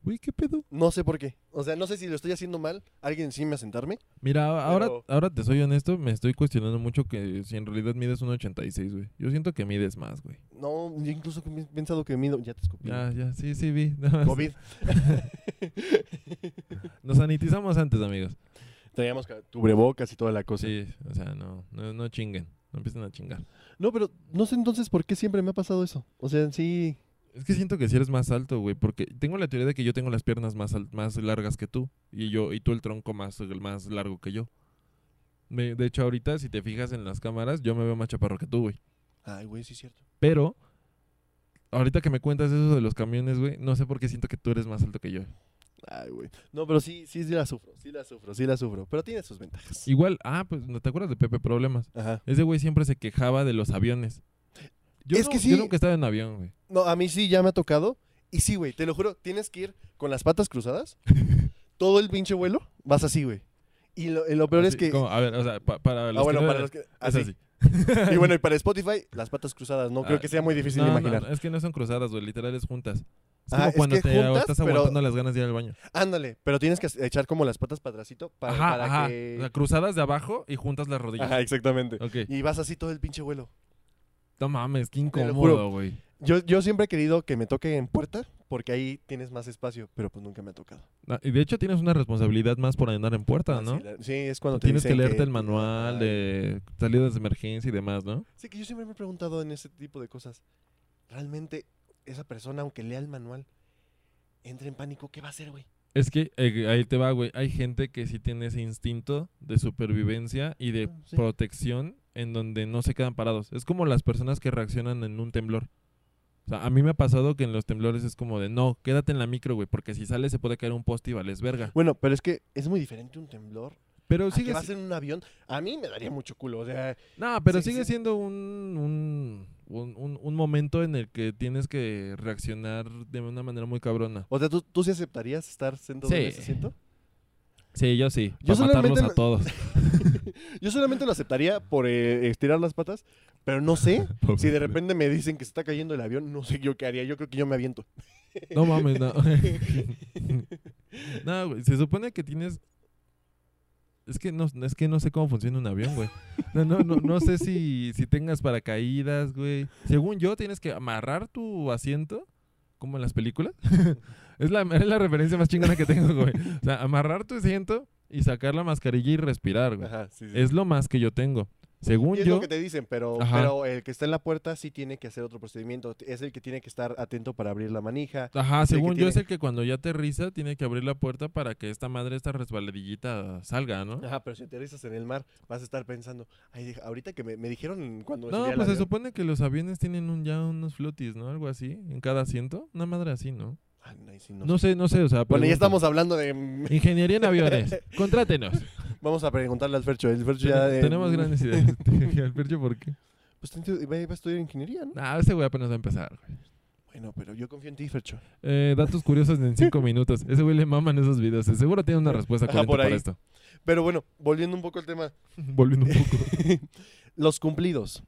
Speaker 1: Güey, ¿qué pedo?
Speaker 2: No sé por qué. O sea, no sé si lo estoy haciendo mal. Alguien encima a sentarme.
Speaker 1: Mira, a- ahora,
Speaker 2: Pero-
Speaker 1: ahora te soy honesto, me estoy cuestionando mucho que si en realidad mides 1.86, güey. Yo siento que mides más, güey.
Speaker 2: No, yo incluso he pensado que mido. Ya te escupí.
Speaker 1: Ya, ya, sí, Ah, sí, vi. Nada más.
Speaker 2: COVID.
Speaker 1: Nos sanitizamos antes, amigos.
Speaker 2: Traíamos ca- cubrebocas y toda la cosa.
Speaker 1: Pues Sí, o sea, no, no, no chinguen. No empiecen a chingar.
Speaker 2: No, pero no sé entonces por qué siempre me ha pasado eso. O sea, en sí.
Speaker 1: Es que siento que si eres más alto, güey, porque tengo la teoría de que yo tengo las piernas más, al- más largas que tú y yo y tú el tronco más, más largo que yo. Me- de hecho, ahorita, si te fijas en las cámaras, yo me veo más chaparro que tú, güey.
Speaker 2: Ay, güey, sí es cierto.
Speaker 1: Pero, ahorita que me cuentas eso de los camiones, güey, no sé por qué siento que tú eres más alto que yo.
Speaker 2: Ay, güey. No, pero sí, sí, sí la sufro. Sí la sufro, sí la sufro. Pero tiene sus ventajas.
Speaker 1: Igual, ah, pues, ¿no te acuerdas de Pepe Problemas?
Speaker 2: Ajá.
Speaker 1: Ese güey siempre se quejaba de los aviones. Yo
Speaker 2: Es
Speaker 1: nu-
Speaker 2: que
Speaker 1: Yo
Speaker 2: sí.
Speaker 1: nunca estaba en avión, güey.
Speaker 2: No, a mí sí ya me ha tocado. Y sí, güey, te lo juro, tienes que ir con las patas cruzadas. todo el pinche vuelo vas así, güey. Y lo, y lo peor es
Speaker 1: Así,
Speaker 2: que.
Speaker 1: como, a ver, o sea, pa- para los
Speaker 2: Ah, bueno,
Speaker 1: que no-
Speaker 2: para los que.
Speaker 1: es
Speaker 2: Así. Y bueno, y para Spotify, las patas cruzadas, ¿no? Creo
Speaker 1: Ah,
Speaker 2: que sea muy difícil
Speaker 1: No,
Speaker 2: de
Speaker 1: no,
Speaker 2: imaginar.
Speaker 1: no, es que no son cruzadas, güey, literal es juntas. Es
Speaker 2: Ah,
Speaker 1: como
Speaker 2: es
Speaker 1: cuando
Speaker 2: que
Speaker 1: te
Speaker 2: juntas,
Speaker 1: estás
Speaker 2: pero-
Speaker 1: aguantando las ganas de ir al baño.
Speaker 2: Ándale, pero tienes que echar como las patas para atrásito para,
Speaker 1: ajá,
Speaker 2: para
Speaker 1: ajá.
Speaker 2: que...
Speaker 1: O sea, cruzadas de abajo y juntas las rodillas.
Speaker 2: Ajá, exactamente.
Speaker 1: Ok.
Speaker 2: Y vas así todo el pinche vuelo.
Speaker 1: No mames, qué
Speaker 2: Te lo juro.
Speaker 1: incómodo, güey.
Speaker 2: Yo, yo siempre he querido que me toque en puerta porque ahí tienes más espacio, pero pues nunca me ha tocado.
Speaker 1: Ah, Y de hecho tienes una responsabilidad más por andar en puerta,
Speaker 2: Ah,
Speaker 1: ¿no?
Speaker 2: Sí, la- sí, es cuando te
Speaker 1: Tienes que
Speaker 2: dicen
Speaker 1: leerte el manual de salidas de emergencia y demás, ¿no?
Speaker 2: Sí, que yo siempre me he preguntado en ese tipo de cosas. Realmente, esa persona, aunque lea el manual, entra en pánico, ¿qué va a hacer, güey?
Speaker 1: Es que eh, ahí te va, güey. Hay gente que sí tiene ese instinto de supervivencia y de
Speaker 2: Ah, sí.
Speaker 1: protección en donde no se quedan parados. Es como las personas que reaccionan en un temblor. O sea, a mí me ha pasado que en los temblores es como de, no, quédate en la micro, güey, porque si sales se puede caer un poste y vales verga.
Speaker 2: Bueno, pero es que es muy diferente un temblor.
Speaker 1: Pero
Speaker 2: a Ah, que
Speaker 1: sigue,
Speaker 2: vas en un avión. A mí me daría mucho culo. O sea,
Speaker 1: no, pero
Speaker 2: sí,
Speaker 1: sigue
Speaker 2: sí.
Speaker 1: siendo un, un, un- un- un momento en el que tienes que reaccionar de una manera muy cabrona.
Speaker 2: o sea ¿tú, tú sí aceptarías estar sentado en
Speaker 1: Sí.
Speaker 2: ese asiento?
Speaker 1: Sí, yo sí.
Speaker 2: Yo
Speaker 1: para matarlos
Speaker 2: solamente
Speaker 1: a
Speaker 2: me-
Speaker 1: todos.
Speaker 2: Yo solamente lo aceptaría por eh, estirar las patas, pero no sé. Si de repente me dicen que se está cayendo el avión, no sé yo qué haría. Yo creo que yo me aviento.
Speaker 1: No mames, no. no, güey, se supone que tienes... Es que no, es que no sé cómo funciona un avión, güey. No, no, no, no sé si, si tengas paracaídas, güey. Según yo, tienes que amarrar tu asiento, como en las películas. es, la, es la referencia más chingona que tengo, güey. O sea, amarrar tu asiento y sacar la mascarilla y respirar, güey.
Speaker 2: Ajá, sí, sí.
Speaker 1: Mm. Es lo más que yo tengo. Según
Speaker 2: Y es
Speaker 1: yo...
Speaker 2: lo que te dicen, pero,
Speaker 1: Ajá.
Speaker 2: pero el que está en la puerta sí tiene que hacer otro procedimiento. Es el que tiene que estar atento para abrir la manija.
Speaker 1: Ajá,
Speaker 2: Es el que
Speaker 1: según yo
Speaker 2: tiene-
Speaker 1: es el que cuando ya aterriza tiene que abrir la puerta para que esta madre, esta resbaladillita salga, ¿no?
Speaker 2: Ajá, pero si aterrizas en el mar, vas a estar pensando, ay, deja- ahorita que me, me dijeron cuando me
Speaker 1: No,
Speaker 2: subí al
Speaker 1: pues se
Speaker 2: avión".
Speaker 1: supone que los aviones tienen un, ya unos flotis, ¿no? Algo así, en cada asiento. Una madre así, ¿no?
Speaker 2: Ay, no, ahí sí no
Speaker 1: No,
Speaker 2: sé.
Speaker 1: sé, no sé, o sea.
Speaker 2: Bueno, ya
Speaker 1: pregunto.
Speaker 2: estamos hablando de...
Speaker 1: Ingeniería en aviones, contrátenos.
Speaker 2: Vamos a preguntarle al Fercho. El Fercho ya...
Speaker 1: Ten-
Speaker 2: eh,
Speaker 1: Tenemos grandes ideas. Alberto, ¿por qué?
Speaker 2: Pues tanto- va va a estudiar ingeniería, ¿no?
Speaker 1: Nah, ese güey apenas va a empezar. güey.
Speaker 2: Bueno, pero yo confío en ti, Fercho.
Speaker 1: Eh, datos curiosos en cinco minutos. Ese güey le maman esos videos. Seguro tiene una respuesta
Speaker 2: Ajá,
Speaker 1: coherente
Speaker 2: por
Speaker 1: para
Speaker 2: ahí.
Speaker 1: esto.
Speaker 2: Pero bueno, volviendo un poco al tema.
Speaker 1: Volviendo un poco.
Speaker 2: Los cumplidos.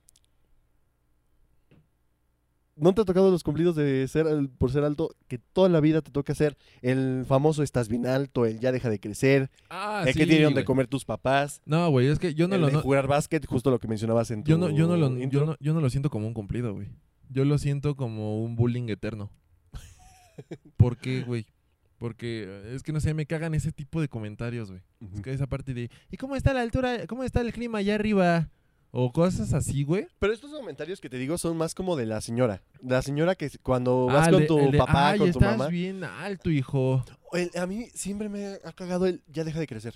Speaker 2: ¿No te ha tocado los cumplidos de ser al- por ser alto? Que toda la vida te toca hacer el famoso estás bien alto, el ya deja de crecer,
Speaker 1: Ah,
Speaker 2: el
Speaker 1: sí,
Speaker 2: que tienen de
Speaker 1: güey.
Speaker 2: comer tus papás,
Speaker 1: No, güey, es que yo no
Speaker 2: el
Speaker 1: lo
Speaker 2: de
Speaker 1: no-
Speaker 2: jugar básquet, justo lo que mencionabas en tu
Speaker 1: Yo no, yo, no lo,
Speaker 2: intro.
Speaker 1: yo, no, yo no lo siento como un cumplido, güey. Yo lo siento como un bullying eterno. ¿Por qué, güey? Porque eh, es que no sé, me cagan ese tipo de comentarios, güey.
Speaker 2: Ujú.
Speaker 1: Es que esa parte de, ¿y cómo está la altura? ¿Cómo está el clima allá arriba? O cosas así, güey.
Speaker 2: Pero estos comentarios que te digo son más como de la señora. La señora que cuando vas
Speaker 1: Ah, el
Speaker 2: con
Speaker 1: de-
Speaker 2: tu
Speaker 1: el de,
Speaker 2: papá,
Speaker 1: "Ay,
Speaker 2: con tu
Speaker 1: estás
Speaker 2: mamá.
Speaker 1: bien alto, hijo.
Speaker 2: El- a mí siempre me ha cagado el ya deja de crecer.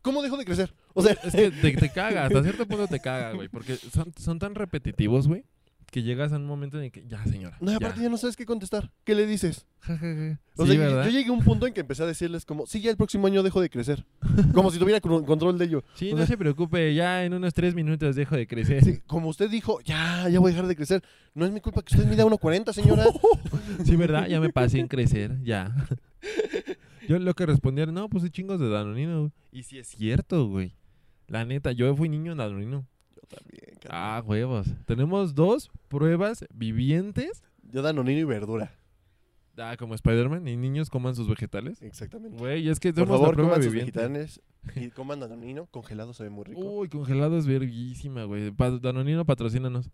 Speaker 2: ¿Cómo dejo de crecer? O sea,
Speaker 1: Es que te, te caga, hasta cierto punto te caga, güey. Porque son, son tan repetitivos, güey, que llegas a un momento en el que, ya, señora.
Speaker 2: no, y
Speaker 1: ya".
Speaker 2: aparte ya no sabes qué contestar. ¿Qué le dices?
Speaker 1: Ja, ja, ja.
Speaker 2: O
Speaker 1: Sí,
Speaker 2: sea, yo-
Speaker 1: ¿verdad?
Speaker 2: yo llegué a un punto en que empecé a decirles como, sí, ya el próximo año dejo de crecer. Como si tuviera cru- control de ello.
Speaker 1: Sí,
Speaker 2: o
Speaker 1: no
Speaker 2: sea-
Speaker 1: se preocupe, ya en unos tres minutos dejo de crecer.
Speaker 2: Sí, como usted dijo, ya, ya voy a dejar de crecer. No es mi culpa que usted mida 1.40, señora.
Speaker 1: Sí, ¿verdad? Ya me pasé en crecer, ya. Yo lo que respondía era, no, pues sí, chingos de Danonino. güey". Y si es cierto, güey. La neta, yo fui niño en Danonino.
Speaker 2: Yo también, carnal.
Speaker 1: Ah, huevos. Tenemos dos pruebas vivientes.
Speaker 2: Yo danonino y verdura.
Speaker 1: Ah, como Spider-Man, y niños coman sus vegetales.
Speaker 2: Exactamente.
Speaker 1: Güey, es que
Speaker 2: Por
Speaker 1: tenemos la
Speaker 2: favor,
Speaker 1: prueba
Speaker 2: coman sus
Speaker 1: viviente.
Speaker 2: vegetales y coman danonino. Congelado se ve muy rico.
Speaker 1: Uy, congelado es verguísima, güey. Pa- Danonino, patrocínanos.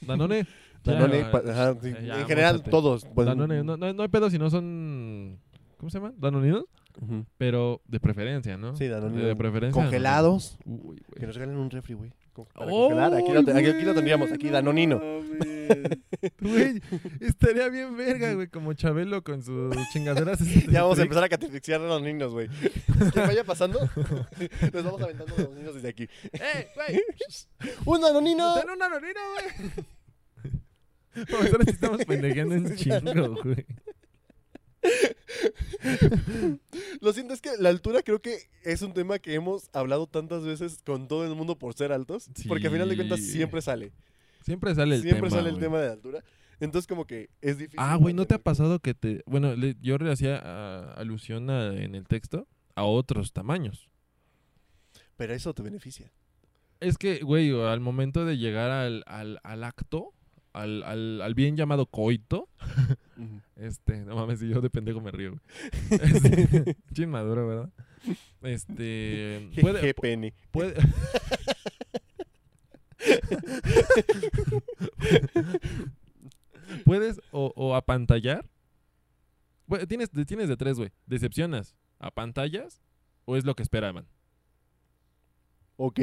Speaker 1: Danone. ya,
Speaker 2: Danone,
Speaker 1: güey.
Speaker 2: pa- ajá, sí,
Speaker 1: ya,
Speaker 2: en general,
Speaker 1: móchate.
Speaker 2: todos. pues,
Speaker 1: Danone, no, no, no hay pedo si no son... ¿Cómo se llama? ¿Danoninos?
Speaker 2: ujú.
Speaker 1: Pero de preferencia, ¿no?
Speaker 2: Sí, danonino.
Speaker 1: De preferencia.
Speaker 2: Congelados.
Speaker 1: Danonino. Uy,
Speaker 2: Que
Speaker 1: güey.
Speaker 2: nos regalen un refri, güey. Con- para
Speaker 1: ¡Ay,
Speaker 2: congelar. Aquí lo, te- aquí- aquí lo
Speaker 1: Oh, güey!
Speaker 2: tendríamos, aquí
Speaker 1: ¡No
Speaker 2: danonino.
Speaker 1: mames! Güey, estaría bien verga, güey, como Chabelo con sus chingaderas. esas de
Speaker 2: Ya vamos a
Speaker 1: trick.
Speaker 2: empezar a catequizar a los niños, güey. Que vaya pasando, les vamos aventando a los niños desde aquí.
Speaker 1: ¡Eh, güey!
Speaker 2: ¡Un danonino!
Speaker 1: ¡Ten una norina, güey! Vamos, ahora sí estamos pendejeando en chingo, güey.
Speaker 2: Lo siento, es que la altura creo que es un tema que hemos hablado tantas veces con todo el mundo por ser altos. Porque al final de cuentas
Speaker 1: Sí.
Speaker 2: siempre sale.
Speaker 1: Siempre sale el tema.
Speaker 2: siempre sale el
Speaker 1: güey.
Speaker 2: tema de la altura. Entonces como que es difícil.
Speaker 1: Ah, güey, ¿no te ha
Speaker 2: mantener-
Speaker 1: pasado que te... Bueno, le- yo le hacía ah, alusión a- en el texto a otros tamaños.
Speaker 2: Pero eso te beneficia.
Speaker 1: Es que, güey, al momento de llegar al, al, al acto, al, al, al bien llamado coito, este, no mames, si yo de pendejo me río, güey. Este, chin maduro, ¿verdad? Este, puede,
Speaker 2: Qué pene.
Speaker 1: puede, puedes o, o apantallar. Bueno, tienes, de- tienes de tres, güey. Decepcionas, apantallas o es lo que esperaban.
Speaker 2: Ok.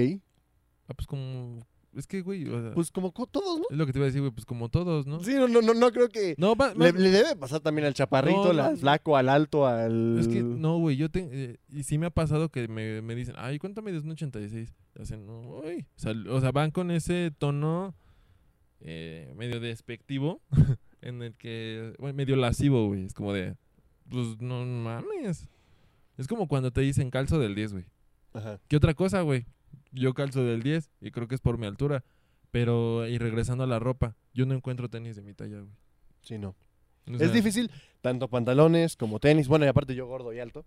Speaker 1: Ah, pues como Es que, güey, o sea,
Speaker 2: Pues como co- todos, ¿no?
Speaker 1: es lo que te iba a decir, güey, pues como todos, ¿no?
Speaker 2: Sí, no, no, no, no creo que.
Speaker 1: No, va-
Speaker 2: Le,
Speaker 1: va-
Speaker 2: le debe pasar también al chaparrito,
Speaker 1: No,
Speaker 2: al- al
Speaker 1: no.
Speaker 2: flaco, al alto, al.
Speaker 1: Es que no, güey, yo te, eh, y sí me ha pasado que me, me dicen, ay, ¿cuánto mides? Un 86. Y Hacen, no, uy. O sea, o sea, van con ese tono eh, medio despectivo en el que, bueno, medio lascivo, güey. Es como de, pues no mames. Es como cuando te dicen calzo del 10, güey.
Speaker 2: Ajá.
Speaker 1: ¿Qué otra cosa, güey? Yo calzo del 10 y creo que es por mi altura. Pero, y regresando a la ropa, yo no encuentro tenis de mi talla, güey.
Speaker 2: Sí, no.
Speaker 1: O sea,
Speaker 2: es difícil, tanto pantalones como tenis. Bueno, y aparte yo gordo y alto.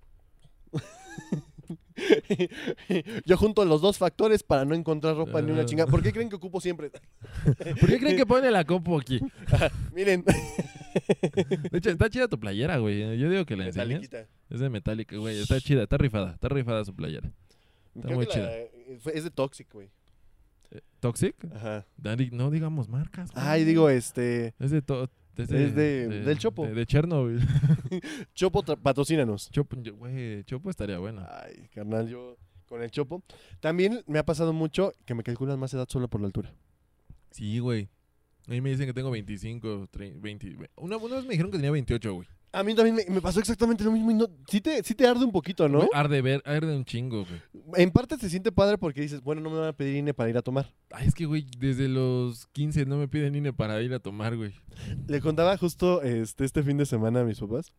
Speaker 2: yo junto los dos factores para no encontrar ropa ni una
Speaker 1: Ah.
Speaker 2: chingada. ¿Por qué creen que ocupo siempre?
Speaker 1: ¿Por qué creen que pone la compu aquí?
Speaker 2: Miren,
Speaker 1: De hecho, está chida tu playera, güey. Yo digo que la enseñes.
Speaker 2: Metalliquita.
Speaker 1: Es de Metallica, güey. Está chida, está rifada. Está rifada su playera.
Speaker 2: Creo
Speaker 1: muy
Speaker 2: que la- eh, fue- es de Toxic, güey.
Speaker 1: ¿Toxic?
Speaker 2: Ajá.
Speaker 1: Dari- no digamos marcas. güey.
Speaker 2: Ay, digo, este.
Speaker 1: Es de... to-
Speaker 2: Es de- del Chopo.
Speaker 1: De, de Chernobyl.
Speaker 2: Chopo, tra- patrocínanos.
Speaker 1: Chopo, yo- güey, Chopo estaría bueno.
Speaker 2: Ay, carnal, yo con el Chopo. También me ha pasado mucho que me calculan más edad solo por la altura.
Speaker 1: Sí, güey. A mí me dicen que tengo 25, 30, 20... güey. Una, una vez me dijeron que tenía 28, güey.
Speaker 2: A mí también me, me pasó exactamente lo mismo. Y no, sí, te, sí te arde un poquito, ¿no?
Speaker 1: Güey, Arde ver, arde un chingo, güey.
Speaker 2: En parte se siente padre porque dices, bueno, no me van a pedir INE para ir a tomar.
Speaker 1: Ay, es que, güey, desde los 15 no me piden INE para ir a tomar, güey.
Speaker 2: Le contaba justo este, este fin de semana a mis papás.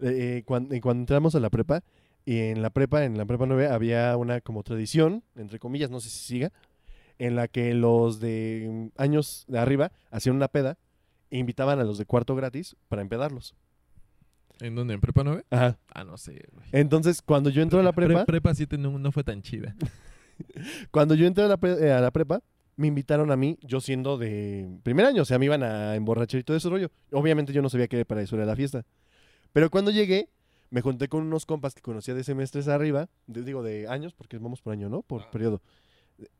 Speaker 2: eh, eh, cuan- eh, cuando, entramos a la prepa, y en la prepa, en la prepa 9, había una como tradición, entre comillas, no sé si siga, en la que los de mm, años de arriba hacían una peda e invitaban a los de cuarto gratis para empedarlos.
Speaker 1: ¿En dónde? ¿En prepa 9?
Speaker 2: Ajá.
Speaker 1: Ah, no sé, güey.
Speaker 2: Entonces, cuando yo entro a la
Speaker 1: Pre-
Speaker 2: prepa,
Speaker 1: prepa 7 no, no fue tan chida.
Speaker 2: cuando yo entré a la, pre- eh, a la prepa, me invitaron a mí, yo siendo de primer año, o sea, me iban a emborrachar y todo ese rollo. Obviamente yo no sabía que para eso era la fiesta. Pero cuando llegué, me junté con unos compas que conocía de semestres arriba, de- digo de años, porque vamos por año, ¿no? Por
Speaker 1: Ah.
Speaker 2: periodo.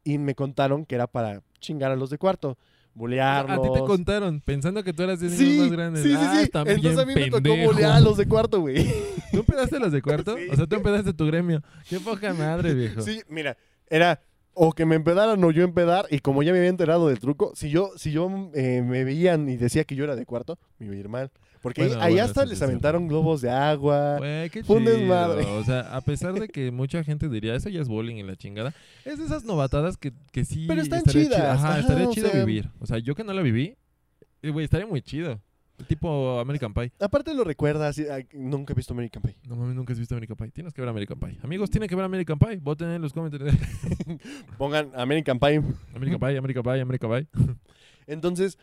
Speaker 2: Y me contaron que era para chingar a los de cuarto,
Speaker 1: A
Speaker 2: bulearlos.
Speaker 1: ti te contaron, pensando que tú eras 10
Speaker 2: Sí,
Speaker 1: años más grande.
Speaker 2: sí, sí,
Speaker 1: Ah,
Speaker 2: sí.
Speaker 1: están
Speaker 2: Entonces a mí
Speaker 1: bien
Speaker 2: me tocó
Speaker 1: pendejos.
Speaker 2: bulear a los de cuarto, güey.
Speaker 1: ¿Tú pedaste los de cuarto?
Speaker 2: Sí.
Speaker 1: O sea, tú empezaste tu gremio. Qué poca madre, viejo.
Speaker 2: Sí, mira, era o que me empedaran o yo empedar, y como ya me había enterado del truco, si yo, si yo eh, me veían y decía que yo era de cuarto, me iba a ir mal. Porque
Speaker 1: Bueno,
Speaker 2: ahí
Speaker 1: bueno,
Speaker 2: hasta
Speaker 1: eso sí
Speaker 2: les
Speaker 1: es cierto.
Speaker 2: aventaron globos de agua.
Speaker 1: Güey, qué
Speaker 2: Fue un
Speaker 1: chido.
Speaker 2: desmadre.
Speaker 1: O sea, a pesar de que mucha gente diría, eso ya es bowling en la chingada, es de esas novatadas que, que sí.
Speaker 2: Pero están
Speaker 1: estaría chido-
Speaker 2: chidas,
Speaker 1: Ajá,
Speaker 2: ajá,
Speaker 1: estaría
Speaker 2: o
Speaker 1: chido
Speaker 2: sea-
Speaker 1: vivir. O sea, yo que no la viví, eh, güey, estaría muy chido. Tipo American Pie.
Speaker 2: Aparte lo recuerdas, y, ay, nunca he visto American Pie.
Speaker 1: No mames, nunca has visto American Pie. Tienes que ver American Pie. Amigos, tienen que ver American Pie. Voten en los comentarios.
Speaker 2: Pongan American Pie.
Speaker 1: American Pie, American Pie, American Pie.
Speaker 2: Entonces,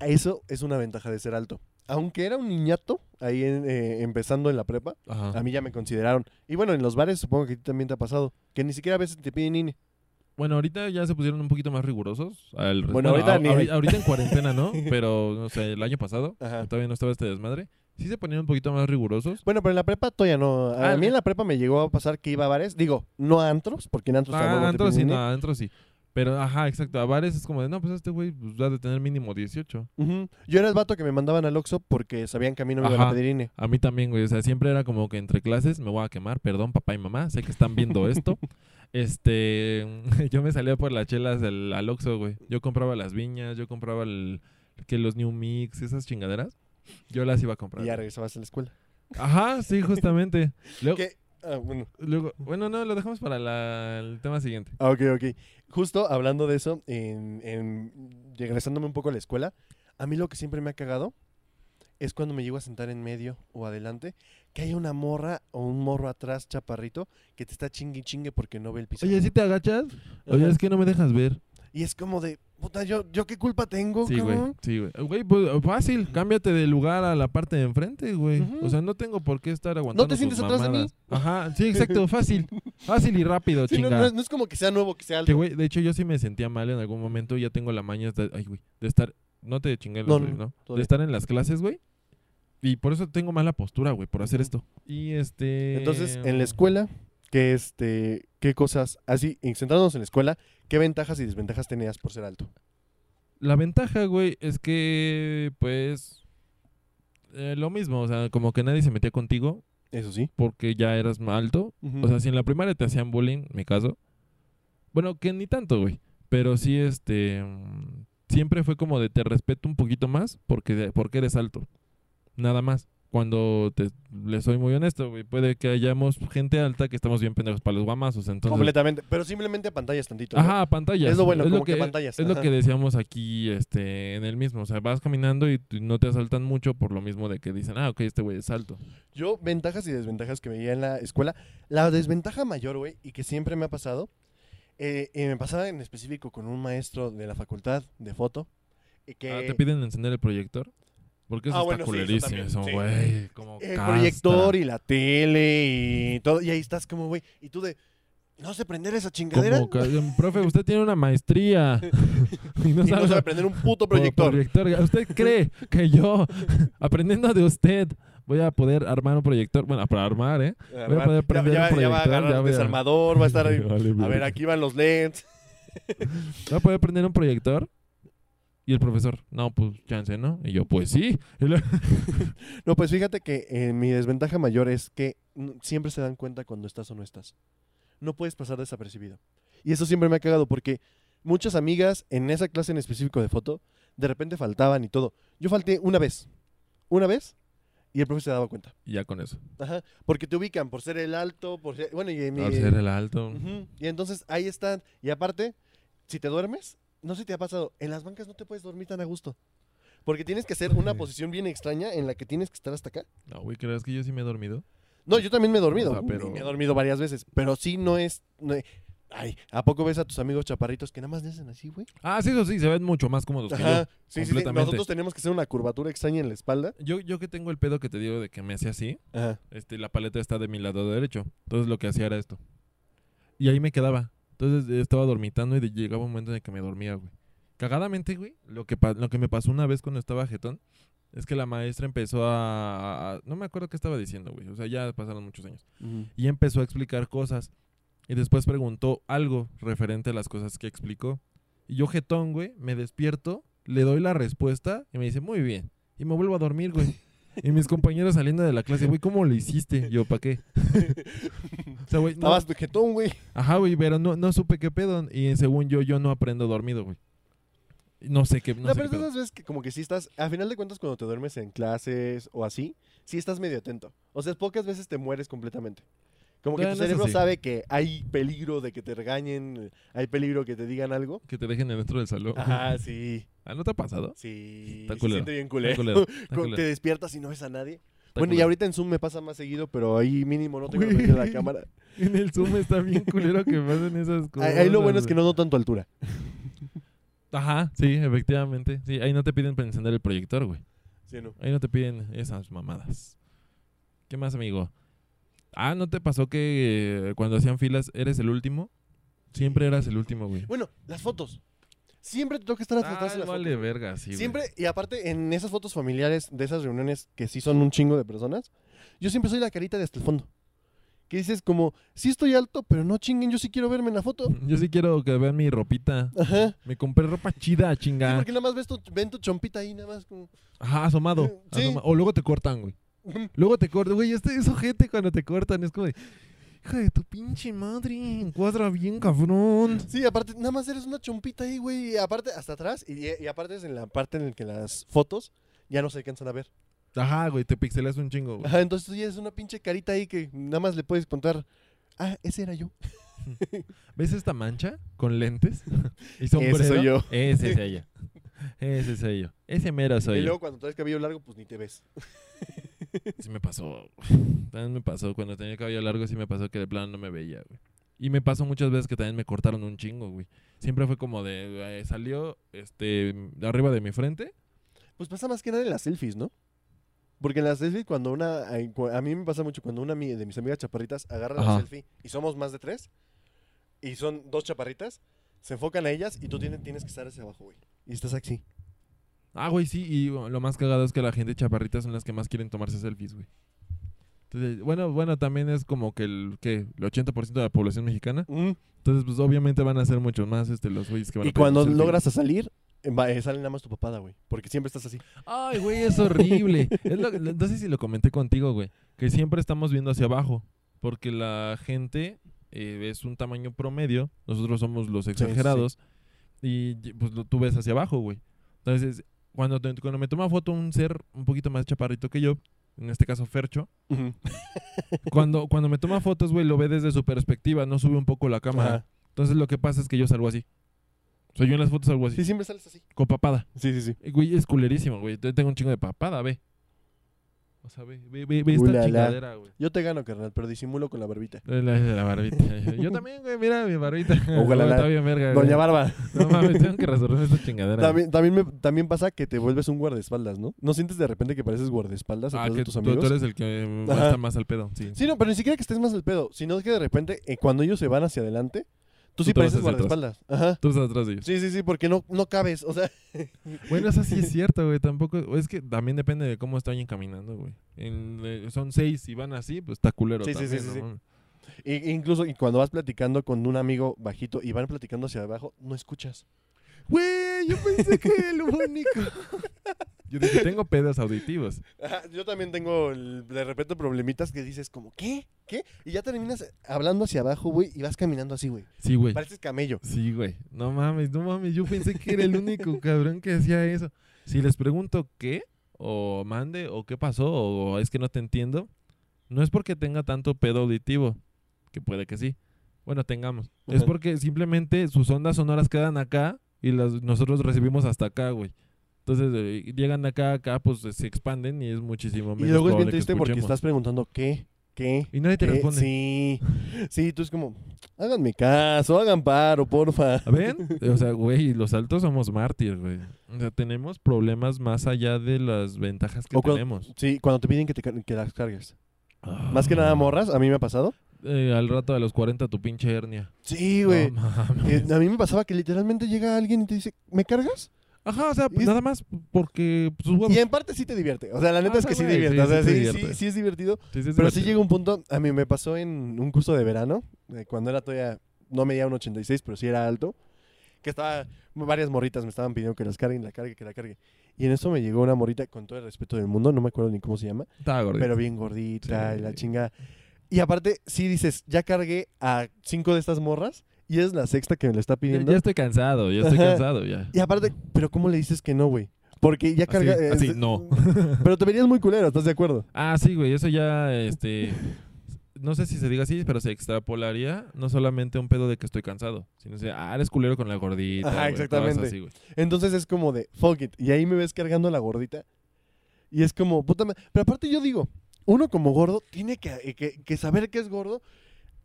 Speaker 2: eso es una ventaja de ser alto. Aunque era un niñato, ahí en, eh, empezando en la prepa,
Speaker 1: Ajá.
Speaker 2: a mí ya me consideraron. Y bueno, en los bares supongo que a ti también te ha pasado, que ni siquiera a veces te piden INE.
Speaker 1: Bueno, ahorita ya se pusieron un poquito más rigurosos. al res-
Speaker 2: Bueno, ahorita
Speaker 1: a-
Speaker 2: ni-
Speaker 1: ahorita, ahorita en cuarentena, ¿no? Pero, no sé, el año pasado,
Speaker 2: Ajá.
Speaker 1: que todavía no estaba este desmadre. Sí se ponían un poquito más rigurosos.
Speaker 2: Bueno, pero en la prepa todavía no. A
Speaker 1: Ah,
Speaker 2: mí en la prepa me llegó a pasar que iba a bares. Digo, no a antros, porque en antros Pues, a huevo
Speaker 1: Ah,
Speaker 2: te
Speaker 1: antros sí,
Speaker 2: piden
Speaker 1: no,
Speaker 2: INE.
Speaker 1: antros sí. Pero, ajá, exacto. A bares es como de, no, pues este güey pues, va a tener mínimo 18.
Speaker 2: Ujú. Yo era el vato que me mandaban al Oxxo porque sabían que a mí no me iban a
Speaker 1: Ajá.
Speaker 2: pedir INE.
Speaker 1: A mí también, güey. O sea, siempre era como que entre clases me voy a quemar. Perdón, papá y mamá. Sé que están viendo esto. Este, yo me salía por las chelas del, al Oxxo, güey. Yo compraba las viñas, yo compraba el, que los New Mix, esas chingaderas. Yo las iba a comprar.
Speaker 2: Y ya regresabas a la escuela.
Speaker 1: Ajá, sí, justamente. Luego,
Speaker 2: Que- ah, bueno.
Speaker 1: luego- bueno, no, lo dejamos para la- el tema siguiente.
Speaker 2: Ah, ok, ok. Justo hablando de eso, en, en- regresándome un poco a la escuela, a mí lo que siempre me ha cagado es cuando me llego a sentar en medio o adelante, que hay una morra o un morro atrás, chaparrito, que te está chingue y chingue porque no ve el piso.
Speaker 1: Oye, ¿sí te agachas?
Speaker 2: Ajá.
Speaker 1: Oye, es que no me dejas ver.
Speaker 2: Y es como de, puta, ¿yo, yo qué culpa tengo,
Speaker 1: Sí, güey.
Speaker 2: cabrón?
Speaker 1: Sí, güey. Güey, pues fácil. Cámbiate de lugar a la parte de enfrente, güey.
Speaker 2: Ujú.
Speaker 1: O sea, no tengo por qué estar aguantando. tus
Speaker 2: sientes atrás de mí?
Speaker 1: mamadas. Ajá, sí, exacto. Fácil. Fácil y rápido,
Speaker 2: Sí, no,
Speaker 1: chingada.
Speaker 2: no es, no es como que sea nuevo, que sea
Speaker 1: Que,
Speaker 2: alto.
Speaker 1: güey, de hecho, yo sí me sentía mal en algún momento. Ya tengo la maña de, ay, güey, de estar. No te chingué,
Speaker 2: No,
Speaker 1: no,
Speaker 2: no,
Speaker 1: ¿no?
Speaker 2: todavía.
Speaker 1: De estar en las clases, güey. Y por eso tengo mala postura, güey, por hacer
Speaker 2: Ujú.
Speaker 1: esto. Y este.
Speaker 2: Entonces, en la escuela, que este, ¿qué cosas? Así, y centrándonos en la escuela, ¿qué ventajas y desventajas tenías por ser alto?
Speaker 1: La ventaja, güey, es que, pues, eh, lo mismo, o sea, como que nadie se metía contigo
Speaker 2: Eso sí.
Speaker 1: porque ya eras más alto. O sea, si en la primaria te hacían bullying, mi caso. Bueno, que ni tanto, güey. Pero sí, este, mm, siempre fue como de te respeto un poquito más porque, porque eres alto. Nada más. Cuando te, le soy muy honesto, güey, puede que hayamos gente alta que estamos bien pendejos para los guamazos. Entonces,
Speaker 2: Completamente. Pero simplemente a pantallas tantito. ¿no?
Speaker 1: Ajá, pantallas.
Speaker 2: Es lo bueno, como que pantallas,
Speaker 1: Es lo
Speaker 2: ajá.
Speaker 1: que decíamos aquí este, en el mismo. O sea, vas caminando y t- no te asaltan mucho por lo mismo de que dicen, ah, ok, este güey es alto.
Speaker 2: Yo, ventajas y desventajas que veía en la escuela. La desventaja mayor, güey, y que siempre me ha pasado, eh, y me pasaba en específico con un maestro de la facultad de foto. y que
Speaker 1: Ah, ¿Te piden encender el proyector? Porque eso
Speaker 2: Ah,
Speaker 1: está
Speaker 2: bueno, sí, eso
Speaker 1: culerísimo.
Speaker 2: también,
Speaker 1: eso,
Speaker 2: sí.
Speaker 1: güey, como
Speaker 2: el
Speaker 1: casta.
Speaker 2: proyector y la tele y todo. Y ahí estás como, güey. Y tú de, no sé prender esa chingadera.
Speaker 1: Como ca- em, profe, usted tiene una maestría. y no
Speaker 2: y no
Speaker 1: sabe
Speaker 2: sabe prender un puto
Speaker 1: por-
Speaker 2: proyector.
Speaker 1: proyector. ¿Usted cree que yo, aprendiendo de usted, voy a poder armar un proyector? Bueno, para armar, ¿eh?
Speaker 2: Ah,
Speaker 1: voy a
Speaker 2: va.
Speaker 1: poder
Speaker 2: Ya-
Speaker 1: prender
Speaker 2: ya,
Speaker 1: un
Speaker 2: ya va a
Speaker 1: proyector,
Speaker 2: agarrar
Speaker 1: ya
Speaker 2: un
Speaker 1: voy a-
Speaker 2: desarmador, va a estar ahí.
Speaker 1: Vale,
Speaker 2: A ver,
Speaker 1: verga.
Speaker 2: aquí van los LEDs.
Speaker 1: ¿No Ah, puede prender un proyector? Y el profesor, no, pues chance, ¿no? Y yo, pues sí. Y luego-
Speaker 2: No, pues fíjate que eh, mi desventaja mayor es que n- siempre se dan cuenta cuando estás o no estás. No puedes pasar desapercibido. Y eso siempre me ha cagado porque muchas amigas en esa clase en específico de foto, de repente faltaban y todo. Yo falté una vez. Una vez. Y el profe se daba cuenta.
Speaker 1: Y ya con eso.
Speaker 2: Ajá. Porque te ubican por ser el alto, por ser... Bueno, y, en mi-
Speaker 1: Al ser el alto.
Speaker 2: Ujú, Y entonces ahí están. Y aparte, si te duermes, no sé si te ha pasado, en las bancas no te puedes dormir tan a gusto. Porque tienes que hacer una
Speaker 1: Sí.
Speaker 2: posición bien extraña en la que tienes que estar hasta acá.
Speaker 1: No, güey, ¿crees que yo sí me he dormido?
Speaker 2: No, yo también me he dormido.
Speaker 1: O sea, Ah, pero-
Speaker 2: y Me he dormido varias veces. Pero sí no es. no es- Ay, ¿a poco ves a tus amigos chaparritos que nada más le hacen así, güey?
Speaker 1: Ah, sí, eso sí, se ven mucho más cómodos Pues que yo.
Speaker 2: Ajá. Sí, sí, sí.
Speaker 1: completamente.
Speaker 2: Nosotros tenemos que hacer una curvatura extraña en la espalda.
Speaker 1: yo. Yo que tengo el pedo que te digo de que me hacía así,
Speaker 2: Ajá.
Speaker 1: este, la paleta está de mi lado derecho. Entonces lo que hacía era esto. Y ahí me quedaba. Entonces eh, estaba dormitando y de- llegaba un momento en el que me dormía, güey. Cagadamente, güey, lo que, pa- lo que me pasó una vez cuando estaba jetón es que la maestra empezó a... a- no me acuerdo qué estaba diciendo, güey. O sea, ya pasaron muchos años. Y empezó a explicar cosas. Y después preguntó algo referente a las cosas que explicó. Y yo, jetón, güey, me despierto, le doy la respuesta y me dice, muy bien. Y me vuelvo a dormir, güey. Y mis compañeros saliendo de la clase, güey, ¿cómo lo hiciste? Y Yo, ¿para qué? o sea, güey, no-
Speaker 2: Estabas jetón, güey.
Speaker 1: Ajá, güey, pero no, no supe qué pedo. Y según yo, yo no aprendo dormido, güey. No sé qué. No,
Speaker 2: No,
Speaker 1: sé
Speaker 2: pero
Speaker 1: qué pedo.
Speaker 2: esas veces que como que sí estás, a final de cuentas cuando te duermes en clases o así, sí estás medio atento. O sea, pocas veces te mueres completamente. Como que
Speaker 1: Bueno, eso
Speaker 2: tu cerebro
Speaker 1: sí.
Speaker 2: sabe que hay peligro de que te regañen, hay peligro que te digan algo.
Speaker 1: Que te dejen dentro del salón.
Speaker 2: Ajá, sí,
Speaker 1: Ah, ¿no te ha pasado?
Speaker 2: sí.
Speaker 1: Está
Speaker 2: se
Speaker 1: culero,
Speaker 2: siente bien
Speaker 1: Está
Speaker 2: culero.
Speaker 1: culero, está
Speaker 2: Co-
Speaker 1: culero,
Speaker 2: Te despiertas y no ves a nadie.
Speaker 1: está
Speaker 2: Bueno, y
Speaker 1: culero.
Speaker 2: ahorita en Zoom me pasa más seguido, pero ahí mínimo no tengo que
Speaker 1: Güey.
Speaker 2: prender la cámara.
Speaker 1: En el Zoom está bien culero que pasen esas cosas.
Speaker 2: Ahí, ahí lo bueno es que
Speaker 1: güey.
Speaker 2: no noto tanto altura.
Speaker 1: Ajá, sí, efectivamente. Sí, ahí no te piden para encender el proyector, güey.
Speaker 2: Sí, no.
Speaker 1: Ahí no te piden esas mamadas. ¿Qué más, amigo? Ah, ¿no te pasó que eh, cuando hacían filas eres el último? Siempre eras el último, güey.
Speaker 2: Bueno, las fotos. Siempre te toca estar
Speaker 1: Ah,
Speaker 2: atrás de las
Speaker 1: vale
Speaker 2: fotos.
Speaker 1: verga, sí, güey.
Speaker 2: Siempre, y aparte, en esas fotos familiares de esas reuniones que sí son un chingo de personas, yo siempre soy la carita de hasta el fondo. Que dices como, sí estoy alto, pero no chinguen, yo sí quiero verme en la foto.
Speaker 1: Yo sí quiero que vean mi ropita.
Speaker 2: Ajá.
Speaker 1: Me compré ropa chida,
Speaker 2: Sí,
Speaker 1: chinga.
Speaker 2: porque nada más ves tu, ven tu chompita ahí, nada más como...
Speaker 1: Ajá, asomado.
Speaker 2: Sí.
Speaker 1: asoma- O luego te cortan, güey. Luego te cortan, güey. Este es ojete cuando te cortan. Es como de, hija de tu pinche madre. Encuadra bien, cabrón.
Speaker 2: Sí, aparte, nada más eres una chompita ahí, güey. y aparte, hasta atrás. Y, y aparte es en la parte en la que las fotos ya no se alcanzan a ver.
Speaker 1: Ajá, güey. Te pixelas un chingo, güey.
Speaker 2: Ajá, entonces tú ya eres una pinche carita ahí que nada más le puedes contar. Ah, ese era yo.
Speaker 1: ¿Ves esta mancha con lentes? y sombrero.
Speaker 2: soy yo.
Speaker 1: Ese soy yo. Ese soy yo. Ese mero soy
Speaker 2: y
Speaker 1: yo.
Speaker 2: luego cuando traes cabello largo, pues ni te ves.
Speaker 1: Sí me pasó. También me pasó. Cuando tenía cabello largo, sí me pasó que de plano no me veía, güey. Y me pasó muchas veces que también me cortaron un chingo, güey. Siempre fue como de. eh, salió este, de arriba de mi frente.
Speaker 2: Pues pasa más que nada en las selfies, ¿no? Porque en las selfies cuando una... ay, cu- A mí me pasa mucho cuando una mi- de mis amigas chaparritas agarra
Speaker 1: Ajá.
Speaker 2: la selfie y somos más de tres y son dos chaparritas, se enfocan a ellas y tú tienes, tienes que estar hacia abajo, güey. Y estás aquí.
Speaker 1: Ah, güey, sí. Y lo más cagado es que la gente chaparrita son las que más quieren tomarse selfies, güey. Entonces, bueno, bueno, también es como que el, ¿qué? el 80% de la población mexicana. Entonces, pues obviamente van a ser muchos más este, los güeyes que van a
Speaker 2: Y
Speaker 1: pedir
Speaker 2: cuando
Speaker 1: un selfie.
Speaker 2: logras a salir, eh, va- eh, sale nada más tu papada, güey. Porque siempre estás así.
Speaker 1: Ay, güey, es horrible. Es lo- lo- no sé si lo comenté contigo, güey. Que siempre estamos viendo hacia abajo. Porque la gente eh, es un tamaño promedio. Nosotros somos los exagerados. Y y, pues lo- tú ves hacia abajo, güey. Entonces, cuando, te- cuando me toma foto un ser un poquito más chaparrito que yo, en este caso Fercho, cuando, cuando me toma fotos, güey, lo ve desde su perspectiva, no sube un poco la cámara.
Speaker 2: Ajá.
Speaker 1: Entonces lo que pasa es que yo salgo así. O sea, yo en las fotos salgo así,
Speaker 2: Sí, siempre sales así.
Speaker 1: con papada.
Speaker 2: Sí, sí, sí.
Speaker 1: Eh, Güey, es culerísimo, güey. Yo tengo un chingo de papada, ve. O sea, ve, ve, ve, ve esta
Speaker 2: Ulala.
Speaker 1: chingadera, güey.
Speaker 2: Yo te gano, carnal, pero disimulo con la barbita.
Speaker 1: De La, de la barbita. Yo también, güey, mira mi barbita.
Speaker 2: Ojalá la-
Speaker 1: Está bien verga, güey.
Speaker 2: Doña Barba.
Speaker 1: No mames, tengo que resolver esta chingadera. güey.
Speaker 2: También, también, me- también pasa que te vuelves un guardaespaldas, ¿no? ¿No sientes de repente que pareces guardaespaldas
Speaker 1: Ah,
Speaker 2: atrás
Speaker 1: que
Speaker 2: de tus
Speaker 1: tú,
Speaker 2: amigos?
Speaker 1: tú eres el que eh,
Speaker 2: Ajá.
Speaker 1: está más al pedo. Sí.
Speaker 2: Sí, no, pero ni siquiera que estés más al pedo, sino que de repente eh, cuando ellos se van hacia adelante, tú,
Speaker 1: Tú
Speaker 2: sí
Speaker 1: te vas
Speaker 2: pareces
Speaker 1: hacia atrás.
Speaker 2: guardaespaldas. Ajá.
Speaker 1: Tú estás atrás de ellos.
Speaker 2: Sí, sí, sí, porque no, no cabes, o sea,
Speaker 1: Bueno, eso sí es cierto, güey. Tampoco. Es que también depende de cómo están caminando, güey. En, eh, son seis y van así, pues está culero.
Speaker 2: Sí, sí, sí,
Speaker 1: también,
Speaker 2: sí,
Speaker 1: ¿no
Speaker 2: sí.
Speaker 1: mames?
Speaker 2: e- incluso y cuando vas platicando con un amigo bajito y van platicando hacia abajo, no escuchas.
Speaker 1: Güey, yo pensé que era el único. Yo dije, tengo pedos auditivos.
Speaker 2: Ajá, yo también tengo el- de repente problemitas que dices como, ¿qué? ¿Qué? Y ya terminas hablando hacia abajo, güey, y vas caminando así, güey.
Speaker 1: Sí, güey.
Speaker 2: Pareces camello.
Speaker 1: Sí, güey. No mames, no mames. Yo pensé que era el único cabrón que hacía eso. Si les pregunto qué, o mande, o qué pasó, o es que no te entiendo, no es porque tenga tanto pedo auditivo, que puede que sí. Bueno, tengamos. Es
Speaker 2: Ajá.
Speaker 1: porque simplemente sus ondas sonoras quedan acá y las, nosotros recibimos hasta acá, güey. Entonces eh, llegan acá, acá, pues se expanden y es muchísimo
Speaker 2: Y
Speaker 1: menos.
Speaker 2: luego es bien
Speaker 1: probable que
Speaker 2: triste porque
Speaker 1: escuchemos.
Speaker 2: estás preguntando, ¿qué? ¿Qué?
Speaker 1: Y nadie te
Speaker 2: ¿Qué?
Speaker 1: responde.
Speaker 2: Sí. Sí, tú es como, háganme caso, hagan paro, porfa.
Speaker 1: ¿Ven? O sea, güey, los altos somos mártires, güey. O sea, tenemos problemas más allá de las ventajas que
Speaker 2: O cuando-
Speaker 1: tenemos.
Speaker 2: Sí, cuando te piden que, te, car- que las cargues. Más que nada
Speaker 1: Ah.
Speaker 2: morras, a mí me ha pasado.
Speaker 1: Eh, al rato de los 40, tu pinche hernia.
Speaker 2: Sí,
Speaker 1: No
Speaker 2: güey.
Speaker 1: mames.
Speaker 2: Eh, a mí me pasaba que literalmente llega alguien y te dice, ¿me cargas?
Speaker 1: Ajá, o sea,
Speaker 2: y es-
Speaker 1: nada más porque sus huevos.
Speaker 2: Y en parte sí te divierte. O sea, la neta
Speaker 1: Ah,
Speaker 2: es que sí
Speaker 1: güey,
Speaker 2: divierte.
Speaker 1: sí,
Speaker 2: o
Speaker 1: sí
Speaker 2: sea, sí,
Speaker 1: te
Speaker 2: sí,
Speaker 1: divierte.
Speaker 2: sí es divertido.
Speaker 1: Sí, sí, sí,
Speaker 2: Pero
Speaker 1: sí.
Speaker 2: sí llega un punto, a mí me pasó en un curso de verano, eh, cuando era todavía, no medía un 86, pero sí era alto, que estaba, varias morritas me estaban pidiendo que las carguen, la cargue, que la cargue. Y en eso me llegó una morrita, con todo el respeto del mundo, no me acuerdo ni cómo se llama,
Speaker 1: Estaba gordito.
Speaker 2: pero bien gordita y la
Speaker 1: Sí.
Speaker 2: chingada. Y aparte, sí dices, ya cargué a cinco de estas morras y es la sexta que me la está
Speaker 1: Ya-
Speaker 2: pidiendo.
Speaker 1: ya, estoy cansado, ya estoy
Speaker 2: Ajá.
Speaker 1: cansado, ya.
Speaker 2: Y aparte, pero ¿cómo le dices que no, güey? Porque ya
Speaker 1: Así,
Speaker 2: carga... eh,
Speaker 1: así, no.
Speaker 2: Pero te verías muy culero, ¿estás de acuerdo?
Speaker 1: Ah, sí, güey, eso ya, este... No sé si se diga así, pero se extrapolaría no solamente un pedo de que estoy cansado, sino que, ah, eres culero con la gordita.
Speaker 2: Ajá,
Speaker 1: güey, cosas
Speaker 2: exactamente.
Speaker 1: así, güey.
Speaker 2: Entonces es como de, fuck it. Y ahí me ves cargando a la gordita. Y es como, puta madre. Pero aparte yo digo, uno como gordo tiene que, eh, que- que saber que es gordo.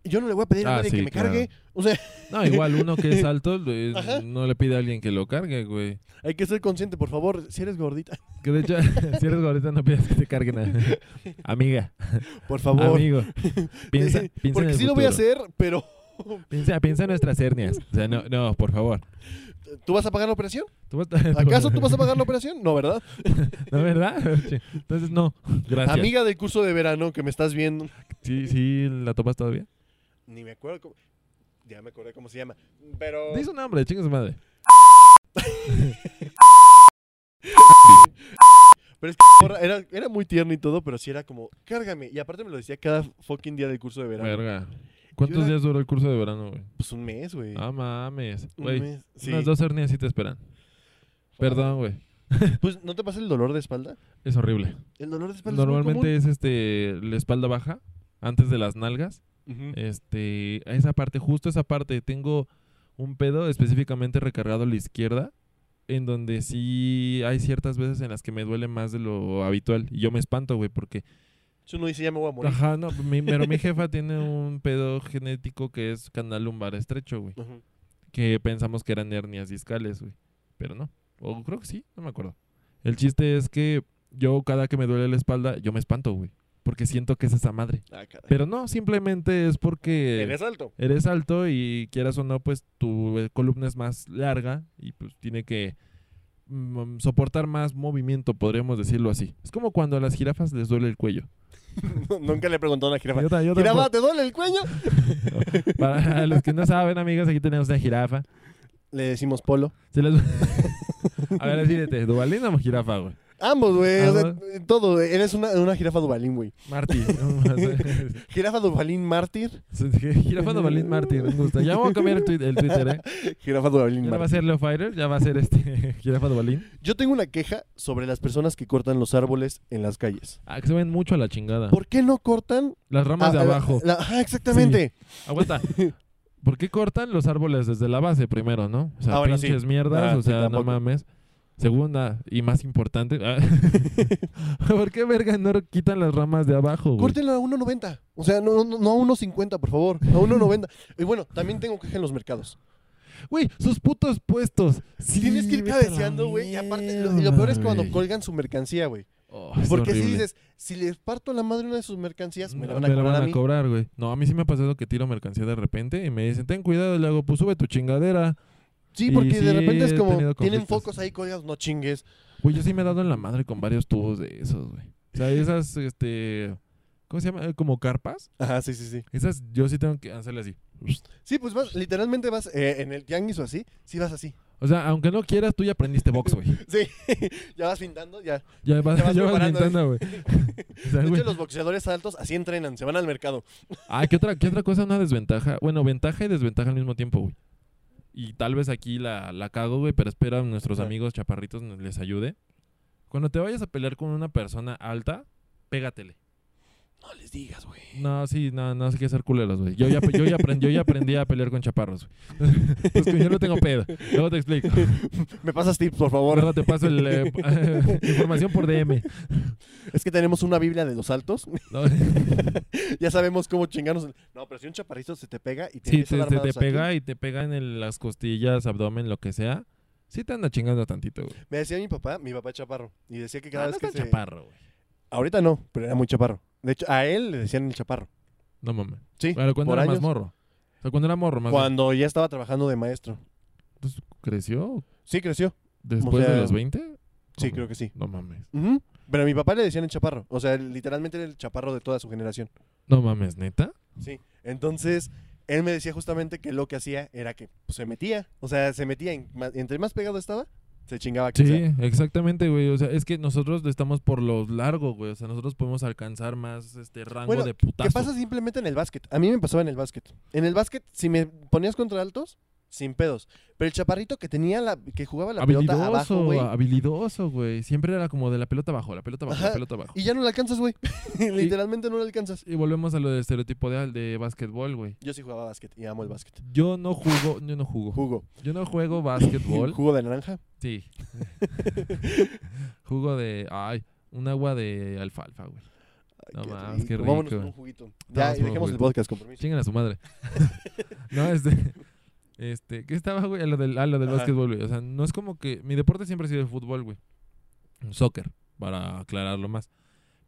Speaker 2: Yo no le voy a pedir a
Speaker 1: Ah,
Speaker 2: nadie
Speaker 1: sí,
Speaker 2: que me
Speaker 1: claro.
Speaker 2: cargue. O sea,
Speaker 1: No, igual uno que es alto eh,
Speaker 2: Ajá.
Speaker 1: no le pide a alguien que lo cargue, güey.
Speaker 2: hay que ser consciente, por favor, si eres gordita.
Speaker 1: Que de hecho, si eres gordita no pidas que te carguen a... Amiga,
Speaker 2: Por favor.
Speaker 1: amigo. Piensa, piensa en
Speaker 2: Porque
Speaker 1: el
Speaker 2: sí lo voy a
Speaker 1: futuro.
Speaker 2: hacer, pero
Speaker 1: Piensa, piensa en nuestras hernias. O sea, no, no, por favor.
Speaker 2: ¿tú vas a pagar la operación?
Speaker 1: Tú vas- tú-
Speaker 2: ¿Acaso tú vas a pagar la operación? No, ¿verdad?
Speaker 1: ¿No, verdad? Entonces, no. Gracias.
Speaker 2: Amiga del curso de verano que me estás viendo.
Speaker 1: Sí, sí, ¿la topas todavía?
Speaker 2: Ni me acuerdo cómo. Ya me acordé cómo se llama. Pero.
Speaker 1: Dice un nombre, chinga su madre.
Speaker 2: Pero es que morra, era, era muy tierno y todo, pero sí era como, cárgame. Y aparte me lo decía cada fucking día del curso de verano.
Speaker 1: Verga. ¿Cuántos
Speaker 2: era-
Speaker 1: días duró el curso de verano, güey?
Speaker 2: Pues un mes, güey.
Speaker 1: Ah, mames.
Speaker 2: Un
Speaker 1: Güey,
Speaker 2: mes, sí.
Speaker 1: unas dos hernias sí te esperan. Perdón, güey.
Speaker 2: Pues, ¿no te pasa el dolor de espalda?
Speaker 1: Es horrible.
Speaker 2: El dolor de espalda
Speaker 1: Normalmente es este la espalda baja, antes de las nalgas.
Speaker 2: es muy común. Ujú.
Speaker 1: Este, a esa parte, justo esa parte, tengo un pedo específicamente recargado a la izquierda, en donde sí hay ciertas veces en las que me duele más de lo habitual. Y yo me espanto, güey, porque...
Speaker 2: Si uno dice, ya me voy a morir.
Speaker 1: Ajá, no, mi- pero mi jefa tiene un pedo genético que es canal lumbar estrecho, güey.
Speaker 2: Ujú.
Speaker 1: Que pensamos que eran hernias discales, güey. Pero no. O creo que sí, no me acuerdo. El chiste es que yo cada que me duele la espalda, yo me espanto, güey. Porque siento que es esa madre.
Speaker 2: Ah, caray.
Speaker 1: Pero no, simplemente es porque
Speaker 2: Eres alto.
Speaker 1: eres alto y quieras o no, pues tu eh, columna es más larga y pues tiene que mm, soportar más movimiento, podríamos decirlo así. Es como cuando a las jirafas les duele el cuello.
Speaker 2: Nunca le he preguntado a una jirafa.
Speaker 1: Yo ta- yo
Speaker 2: Jirafa,
Speaker 1: tampoco-
Speaker 2: ¿te duele el cuello?
Speaker 1: Para los que no saben, amigos, aquí tenemos una jirafa.
Speaker 2: Le decimos polo.
Speaker 1: Se les- a ver, decídete, ¿Dubalín o jirafa, güey?
Speaker 2: Ambos, güey. o sea,
Speaker 1: Ambos.
Speaker 2: todo. Eres una, una jirafa dubalín, güey.
Speaker 1: Marty.
Speaker 2: Jirafa Duvalín mártir.
Speaker 1: Jirafa Dovalín Mártir, me gusta. Ya vamos a cambiar el, tuit- el Twitter, ¿eh?
Speaker 2: Jirafa Duvalín
Speaker 1: Ya no va a
Speaker 2: mártir.
Speaker 1: ser Leo Fighter, ya va a ser este Jirafa Dovalín.
Speaker 2: Yo tengo una queja sobre las personas que cortan los árboles en las calles.
Speaker 1: Ah, que se ven mucho a la chingada.
Speaker 2: ¿Por Ah, eh, qué no cortan?
Speaker 1: Las ramas Ah. de
Speaker 2: a- a-
Speaker 1: abajo.
Speaker 2: la- ajá, exactamente.
Speaker 1: Aguanta. ¿Por qué cortan los árboles desde la base primero, no? O sea,
Speaker 2: Ah, bueno, sí.
Speaker 1: pinches mierdas,
Speaker 2: Ah,
Speaker 1: o
Speaker 2: sí,
Speaker 1: sea, no
Speaker 2: tampoco.
Speaker 1: mames. Segunda y más importante, ah, ¿por qué verga no quitan las ramas de abajo, güey?
Speaker 2: Córtenlo a 1.90. O sea, no, no, no a 1.50, por favor. A 1.90. Y bueno, también tengo queja en los mercados.
Speaker 1: Güey, sus putos puestos. Sí,
Speaker 2: Tienes que ir
Speaker 1: vete a la
Speaker 2: cabeceando, güey. Y aparte, lo, y lo peor es
Speaker 1: mierda,
Speaker 2: cuando
Speaker 1: güey.
Speaker 2: colgan su mercancía, güey.
Speaker 1: Oh, es
Speaker 2: Porque si
Speaker 1: horrible. Mm,
Speaker 2: dices, si les parto la madre una de sus mercancías, me
Speaker 1: No,
Speaker 2: la van a cobrar a mí.
Speaker 1: cobrar, güey. No, a mí sí me ha pasado que tiro mercancía de repente y me dicen, ten cuidado, le hago, pues sube tu chingadera.
Speaker 2: Sí,
Speaker 1: Y
Speaker 2: porque
Speaker 1: sí,
Speaker 2: de repente es
Speaker 1: he
Speaker 2: como,
Speaker 1: tenido
Speaker 2: tienen
Speaker 1: conflictos.
Speaker 2: focos ahí colgados, no chingues.
Speaker 1: Güey, yo sí me he dado en la madre con varios tubos de esos, güey. O sea, esas, este, ¿cómo se llama? Eh, Como carpas.
Speaker 2: Ajá, sí, sí, sí.
Speaker 1: Esas yo sí tengo que hacerle así.
Speaker 2: Sí, pues vas, literalmente vas eh, en el tianguis o así, sí vas así.
Speaker 1: O sea, aunque no quieras, tú ya aprendiste box, güey.
Speaker 2: Sí, ya vas pintando, ya.
Speaker 1: Ya vas,
Speaker 2: Te vas
Speaker 1: ya vas
Speaker 2: preparando,
Speaker 1: pintando, güey. O sea,
Speaker 2: De
Speaker 1: güey.
Speaker 2: hecho, los boxeadores altos así entrenan, se van al mercado.
Speaker 1: Ah, ¿qué otra, ¿qué otra cosa? Una desventaja. Bueno, ventaja y desventaja al mismo tiempo, güey. Y tal vez aquí la, la cago, güey, pero espera a nuestros
Speaker 2: Ajá.
Speaker 1: amigos chaparritos nos- les ayude. Cuando te vayas a pelear con una persona alta, pégatele.
Speaker 2: No les digas, güey.
Speaker 1: No, sí, no, no sé qué ser culeros, güey. Yo ya, yo, ya aprendí, yo ya aprendí a pelear con chaparros, güey. Pues que yo no tengo pedo. Luego te explico.
Speaker 2: Me pasas tips, por favor.
Speaker 1: Ahora te paso el, eh, información por DM.
Speaker 2: Es que tenemos una Biblia de los altos.
Speaker 1: No,
Speaker 2: ya sabemos cómo chingarnos. No, pero si un chaparrito se te pega y te
Speaker 1: Sí,
Speaker 2: empieza
Speaker 1: te,
Speaker 2: a dar
Speaker 1: te, te
Speaker 2: madrazos aquí,
Speaker 1: pega y te pega en el- las costillas, abdomen, lo que sea. Sí te anda chingando tantito, güey.
Speaker 2: Me decía mi papá, mi papá es chaparro. Y decía que cada
Speaker 1: Ah,
Speaker 2: vez
Speaker 1: no
Speaker 2: que
Speaker 1: es tan
Speaker 2: se...
Speaker 1: chaparro, güey.
Speaker 2: Ahorita no, pero era muy chaparro. De hecho, a él le decían el chaparro.
Speaker 1: No mames.
Speaker 2: Sí,
Speaker 1: Pero cuando
Speaker 2: por
Speaker 1: era
Speaker 2: años.
Speaker 1: más morro. O sea, cuando era morro, más bien.
Speaker 2: Cuando ya estaba trabajando de maestro.
Speaker 1: Entonces, ¿Creció
Speaker 2: Sí, creció.
Speaker 1: después
Speaker 2: sea,
Speaker 1: de los 20?
Speaker 2: Sí,
Speaker 1: Ok.
Speaker 2: creo que sí.
Speaker 1: No mames.
Speaker 2: Ujú. Pero a mi papá le decían el chaparro. O sea, literalmente era el chaparro de toda su generación.
Speaker 1: No mames, neta.
Speaker 2: Sí. Entonces, él me decía justamente que lo que hacía era que pues, se metía. O sea, se metía. en- ma- entre más pegado estaba, se chingaba.
Speaker 1: Sí,
Speaker 2: quien sea.
Speaker 1: exactamente, güey. O sea, es que nosotros estamos por los largos, güey. O sea, nosotros podemos alcanzar más este rango
Speaker 2: Bueno,
Speaker 1: de
Speaker 2: ¿Qué
Speaker 1: putazo.
Speaker 2: pasa simplemente en el básquet? A mí me pasaba en el básquet. En el básquet, si me ponías contra altos, sin pedos. Pero el chaparrito que tenía la... que jugaba la pelota abajo,
Speaker 1: habilidoso,
Speaker 2: güey.
Speaker 1: habilidoso, güey. Siempre era como de la pelota abajo, la pelota abajo, la
Speaker 2: Ajá.
Speaker 1: pelota abajo.
Speaker 2: Y ya no la alcanzas, güey. Literalmente no la alcanzas.
Speaker 1: Y volvemos a lo del estereotipo de, de básquetbol, güey.
Speaker 2: Yo sí jugaba básquet y amo el básquet.
Speaker 1: Yo no jugo, yo no jugo.
Speaker 2: Jugo.
Speaker 1: Yo no juego básquetbol.
Speaker 2: Jugo de naranja.
Speaker 1: Sí. Jugo de. Ay, un agua de alfalfa, güey.
Speaker 2: Ay,
Speaker 1: No mames, qué
Speaker 2: Vámonos
Speaker 1: rico.
Speaker 2: con un juguito.
Speaker 1: Vamos
Speaker 2: Ya,
Speaker 1: por
Speaker 2: y
Speaker 1: un
Speaker 2: dejemos el
Speaker 1: juguito.
Speaker 2: podcast, con permiso.
Speaker 1: Chingan a su madre. no, este. Este, ¿qué estaba, güey? A lo del, a lo del
Speaker 2: Ajá.
Speaker 1: básquetbol, güey. O sea, no es como que. Mi deporte siempre ha sido el fútbol, güey. Soccer, para aclararlo más.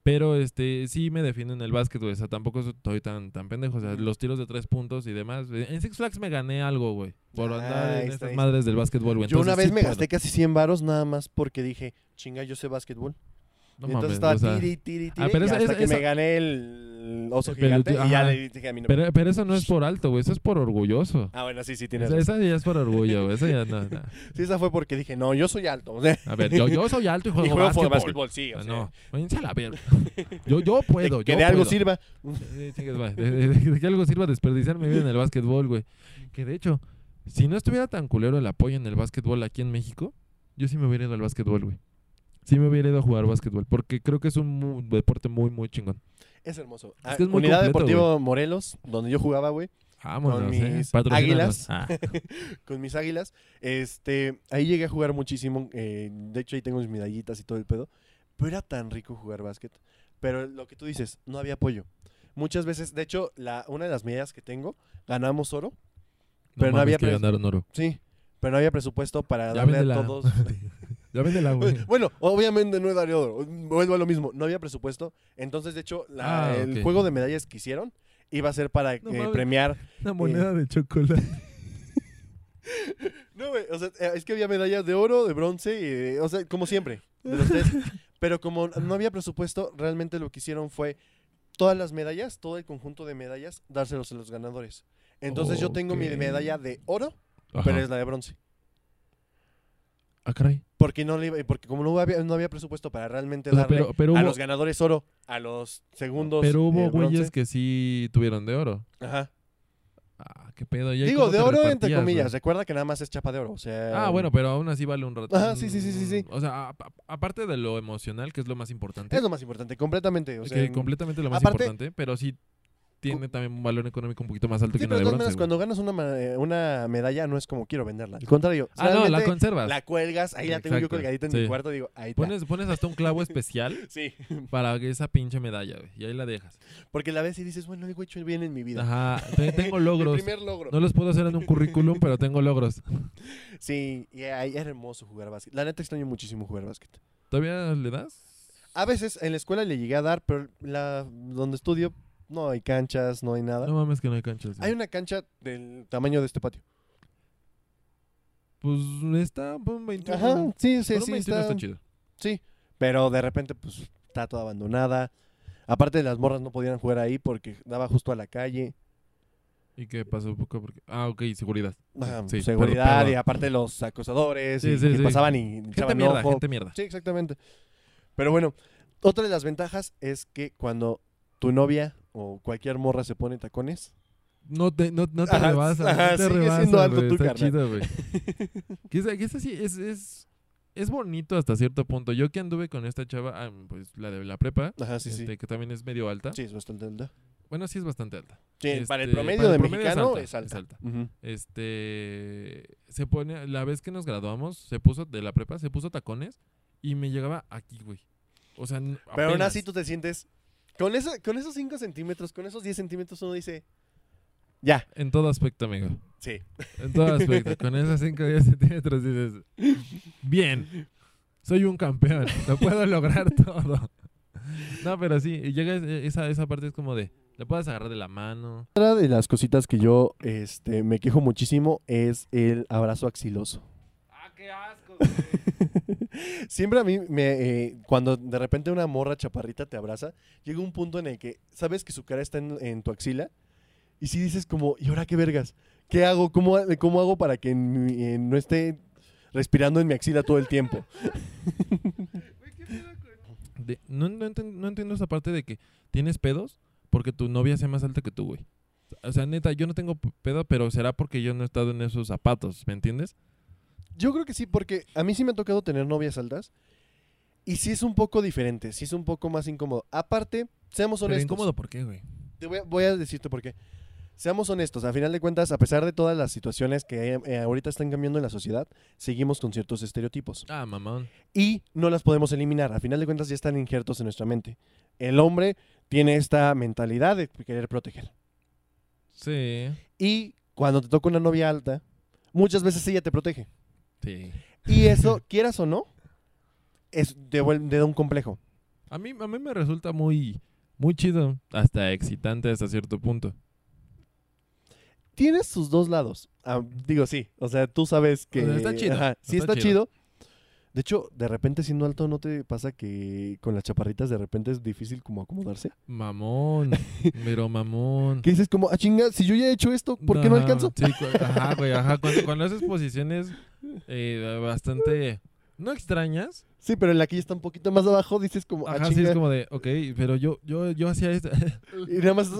Speaker 1: Pero, este, sí me defiendo en el básquet, güey. O sea, tampoco estoy tan, tan pendejo. O sea,
Speaker 2: Ujú.
Speaker 1: los tiros de tres puntos y demás. güey. En Six Flags me gané algo, güey. Por
Speaker 2: Ah,
Speaker 1: andar
Speaker 2: ahí
Speaker 1: en
Speaker 2: está,
Speaker 1: estas
Speaker 2: ahí está.
Speaker 1: madres del básquetbol, güey.
Speaker 2: Yo una
Speaker 1: Entonces,
Speaker 2: vez
Speaker 1: sí
Speaker 2: me
Speaker 1: puedo.
Speaker 2: gasté casi 100 varos nada más porque dije, chinga, yo sé básquetbol.
Speaker 1: No
Speaker 2: Y
Speaker 1: mames,
Speaker 2: entonces estaba
Speaker 1: o sea,
Speaker 2: tiri, tiri, tiri.
Speaker 1: Ah, pero
Speaker 2: y
Speaker 1: esa-
Speaker 2: hasta
Speaker 1: esa-
Speaker 2: que
Speaker 1: esa-
Speaker 2: me gané el oso
Speaker 1: Pero
Speaker 2: gigante.
Speaker 1: tú-
Speaker 2: y ya
Speaker 1: ajá.
Speaker 2: le dije a mi nombre.
Speaker 1: Pero, pero eso no es por alto, güey. Eso es por orgulloso.
Speaker 2: Ah, bueno, sí, sí, tienes
Speaker 1: Esa,
Speaker 2: razón.
Speaker 1: esa ya es por orgullo, güey. Esa ya no, no.
Speaker 2: Sí, esa fue porque dije, no, yo soy alto. O sea,
Speaker 1: A ver, yo, yo soy alto y juego,
Speaker 2: y juego
Speaker 1: básquetbol.
Speaker 2: por básquetbol, sí. O
Speaker 1: Ah,
Speaker 2: sea,
Speaker 1: no, váyanse a la verga. Yo, yo
Speaker 2: de-
Speaker 1: puedo,
Speaker 2: que
Speaker 1: yo
Speaker 2: de algo
Speaker 1: puedo.
Speaker 2: sirva.
Speaker 1: Eh, chingues, madre. De, de- de- de que algo sirva desperdiciar mi vida en el básquetbol, güey. Que de hecho, si no estuviera tan culero el apoyo en el básquetbol aquí en México, yo sí me hubiera ido al básquetbol, güey. Sí me hubiera ido a jugar básquetbol, porque creo que es un mu- deporte muy, muy chingón.
Speaker 2: Es hermoso.
Speaker 1: Es
Speaker 2: Ah,
Speaker 1: que es muy
Speaker 2: Unidad
Speaker 1: completo,
Speaker 2: Deportiva Morelos, donde yo jugaba, güey,
Speaker 1: Vámonos,
Speaker 2: Con
Speaker 1: eh.
Speaker 2: mis
Speaker 1: Patrocínanos.
Speaker 2: águilas.
Speaker 1: Ah,
Speaker 2: con mis águilas. Este, ahí llegué a jugar muchísimo. eh, de hecho, ahí tengo mis medallitas y todo el pedo. Pero era tan rico jugar básquet. Pero lo que tú dices, no había apoyo. Muchas veces, de hecho, la, una de las medidas que tengo, ganamos oro. Pero no
Speaker 1: mames,
Speaker 2: había
Speaker 1: que
Speaker 2: pres-
Speaker 1: ganaron oro.
Speaker 2: Sí. Pero no había presupuesto para
Speaker 1: Ya
Speaker 2: darle
Speaker 1: véndela.
Speaker 2: a todos.
Speaker 1: Ya vende la, güey.
Speaker 2: bueno, obviamente no era de oro. Vuelvo a lo mismo. No había presupuesto. Entonces, de hecho, la-
Speaker 1: Ah,
Speaker 2: el
Speaker 1: ok.
Speaker 2: juego de medallas que hicieron iba a ser para eh,
Speaker 1: mames.
Speaker 2: premiar
Speaker 1: Una moneda de chocolate.
Speaker 2: No, güey, o sea, eh, es que había medallas de oro, de bronce, y, eh, o sea, como siempre, de los tres. Pero como no había presupuesto, realmente lo que hicieron fue todas las medallas, todo el conjunto de medallas, dárselos a los ganadores. Entonces yo tengo mi
Speaker 1: Ok.
Speaker 2: medalla de oro,
Speaker 1: Ajá.
Speaker 2: pero es la de bronce.
Speaker 1: Ah, caray.
Speaker 2: Porque, no le iba- porque como no había, no había presupuesto para realmente
Speaker 1: O sea,
Speaker 2: darle
Speaker 1: pero, pero
Speaker 2: a
Speaker 1: hubo,
Speaker 2: los ganadores oro, a los segundos
Speaker 1: pero hubo
Speaker 2: eh, bronce.
Speaker 1: güeyes que sí tuvieron de oro.
Speaker 2: Ajá.
Speaker 1: Ah, qué pedo. ¿y ahí
Speaker 2: Digo,
Speaker 1: cómo
Speaker 2: de
Speaker 1: te
Speaker 2: oro entre
Speaker 1: repartías,
Speaker 2: comillas.
Speaker 1: güey?
Speaker 2: Recuerda que nada más es chapa de oro. O sea,
Speaker 1: Ah, bueno, pero aún así vale un rato.
Speaker 2: Ajá, sí, sí, sí, sí, sí.
Speaker 1: O sea, a- a- aparte de lo emocional, que es lo más importante.
Speaker 2: es lo más importante, completamente. O sea,
Speaker 1: que completamente lo más
Speaker 2: aparte-
Speaker 1: importante, pero sí tiene también un valor económico un poquito más alto
Speaker 2: sí,
Speaker 1: que una
Speaker 2: pero de
Speaker 1: de
Speaker 2: todas
Speaker 1: bronce.
Speaker 2: maneras,
Speaker 1: güey.
Speaker 2: cuando ganas una, ma- eh, una medalla, no es como quiero venderla. Al contrario,
Speaker 1: Ah, no, la
Speaker 2: realmente
Speaker 1: conservas.
Speaker 2: la cuelgas, ahí la tengo yo
Speaker 1: Exacto,
Speaker 2: colgadita en
Speaker 1: sí.
Speaker 2: mi cuarto, digo, ahí está.
Speaker 1: Pones, pones hasta un clavo especial
Speaker 2: Sí,
Speaker 1: para esa pinche medalla, güey. Y ahí la dejas.
Speaker 2: porque la ves y dices, bueno, algo he hecho bien en mi vida.
Speaker 1: Ajá. te- Tengo logros.
Speaker 2: Mi primer logro.
Speaker 1: No los puedo hacer en un currículum, pero tengo logros.
Speaker 2: Sí, y ahí era hermoso jugar básquet. La neta extraño muchísimo jugar básquet.
Speaker 1: ¿Todavía le das?
Speaker 2: A veces en la escuela le llegué a dar, pero la donde estudio no hay canchas, no hay nada.
Speaker 1: No mames que no hay canchas. güey.
Speaker 2: ¿Ah? Hay una cancha del tamaño de este patio.
Speaker 1: Pues está por un 21.
Speaker 2: Ajá, sí, sí,
Speaker 1: Por un
Speaker 2: sí.
Speaker 1: 21 está...
Speaker 2: está-
Speaker 1: chido.
Speaker 2: Sí, pero de repente pues está toda abandonada. Aparte las morras no podían jugar ahí porque daba justo a la calle.
Speaker 1: ¿Y qué pasó? ¿Por qué? Porque- Ah, ok, seguridad.
Speaker 2: Ajá,
Speaker 1: Sí,
Speaker 2: seguridad
Speaker 1: pero- pero-
Speaker 2: y aparte los acosadores
Speaker 1: Sí,
Speaker 2: y
Speaker 1: sí,
Speaker 2: que
Speaker 1: sí.
Speaker 2: pasaban y
Speaker 1: Gente
Speaker 2: echaban
Speaker 1: mierda,
Speaker 2: ojo.
Speaker 1: gente mierda.
Speaker 2: Sí, exactamente. Pero bueno, otra de las ventajas es que cuando tu novia o cualquier morra se pone tacones,
Speaker 1: No te, no, no te
Speaker 2: Ajá,
Speaker 1: rebasas,
Speaker 2: ajá,
Speaker 1: no te
Speaker 2: sigue
Speaker 1: rebasas,
Speaker 2: siendo alto
Speaker 1: güey,
Speaker 2: tú,
Speaker 1: está
Speaker 2: carnal.
Speaker 1: chido, güey. que es, que es así, es, es, es bonito hasta cierto punto. Yo que anduve con esta chava, ah, pues la de la prepa,
Speaker 2: ajá, Ah, sí,
Speaker 1: este,
Speaker 2: sí.
Speaker 1: que también es medio alta.
Speaker 2: Sí, es bastante alta.
Speaker 1: Bueno, sí es bastante alta.
Speaker 2: Sí, para el
Speaker 1: Este,
Speaker 2: promedio
Speaker 1: para el
Speaker 2: de
Speaker 1: promedio es
Speaker 2: mexicano
Speaker 1: alta,
Speaker 2: es alta.
Speaker 1: es alta.
Speaker 2: Ujú.
Speaker 1: Este, se pone, la vez que nos graduamos, se puso, de la prepa, se puso tacones y me llegaba aquí, güey. O sea, n-
Speaker 2: Pero aún
Speaker 1: apenas.
Speaker 2: así tú te sientes... Con, eso, con esos 5 centímetros, con esos 10 centímetros uno dice... Ya,
Speaker 1: En todo aspecto, amigo.
Speaker 2: sí.
Speaker 1: En todo aspecto. Con esos 5 o 10 centímetros dices, bien, soy un campeón, lo puedo lograr todo. No, pero sí, y llega es- e, esa, esa parte es como de, la puedes agarrar de la mano.
Speaker 2: Otra de las cositas que yo este, me quejo muchísimo es el abrazo axiloso.
Speaker 1: Ah, qué asco.
Speaker 2: Siempre a mí, me, eh, cuando de repente una morra chaparrita te abraza, llega un punto en el que sabes que su cara está en, en tu axila y si dices como, ¿y ahora qué vergas? ¿Qué hago? ¿Cómo, ha- cómo hago para que en mi- eh, no esté respirando en mi axila todo el tiempo?
Speaker 1: no, no enten- no entiendo esa parte de que tienes pedos porque tu novia sea más alta que tú, güey. O sea, neta, yo no tengo p- pedo, pero será porque yo no he estado en esos zapatos, ¿me entiendes?
Speaker 2: Yo creo que sí, porque a mí sí me ha tocado tener novias altas y sí es un poco diferente, sí es un poco más incómodo. Aparte, seamos
Speaker 1: Pero
Speaker 2: honestos.
Speaker 1: incómodo, ¿por qué, güey?
Speaker 2: Te voy, a- voy a decirte por qué. Seamos honestos, a final de cuentas, a pesar de todas las situaciones que eh, ahorita están cambiando en la sociedad, seguimos con ciertos estereotipos.
Speaker 1: Ah, mamón.
Speaker 2: Y no las podemos eliminar, a final de cuentas ya están injertos en nuestra mente. El hombre tiene esta mentalidad de querer proteger.
Speaker 1: Sí.
Speaker 2: Y cuando te toca una novia alta, muchas veces ella te protege.
Speaker 1: Sí.
Speaker 2: Y eso, quieras o no, es, te, vuel- te da un complejo.
Speaker 1: A mí, a mí me resulta muy, muy chido, hasta excitante hasta cierto punto.
Speaker 2: Tiene sus dos lados. Ah, digo, sí. O sea, tú sabes que.
Speaker 1: sea, está chido,
Speaker 2: sí,
Speaker 1: está
Speaker 2: está, chido. De hecho, de repente siendo alto, ¿no te pasa que con las chaparritas de repente es difícil como acomodarse?
Speaker 1: Mamón, pero mamón.
Speaker 2: Que dices como, ah, chinga, si yo ya he hecho esto, ¿por qué no
Speaker 1: Ajá,
Speaker 2: alcanzo?
Speaker 1: sí, cu- ajá, güey, ajá. Cuando, cuando haces posiciones eh, bastante... No extrañas.
Speaker 2: Sí, pero en la que ya está un poquito más abajo, dices como, ah,
Speaker 1: Ajá, sí,
Speaker 2: chinga.
Speaker 1: es como de, ok, pero yo, yo, yo hacía esto.
Speaker 2: Y nada más. sí,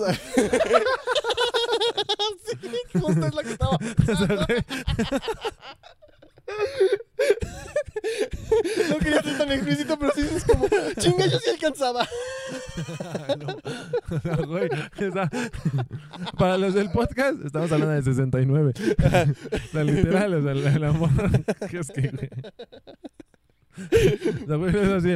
Speaker 2: justo es la que estaba. no quería ser tan explícito, pero sí dices como, chinga, yo sí alcanzaba.
Speaker 1: No, no, güey, esa- Para los del podcast, estamos hablando de 69. La literal, o sea, la, la morra. que es que, güey. La güey es así,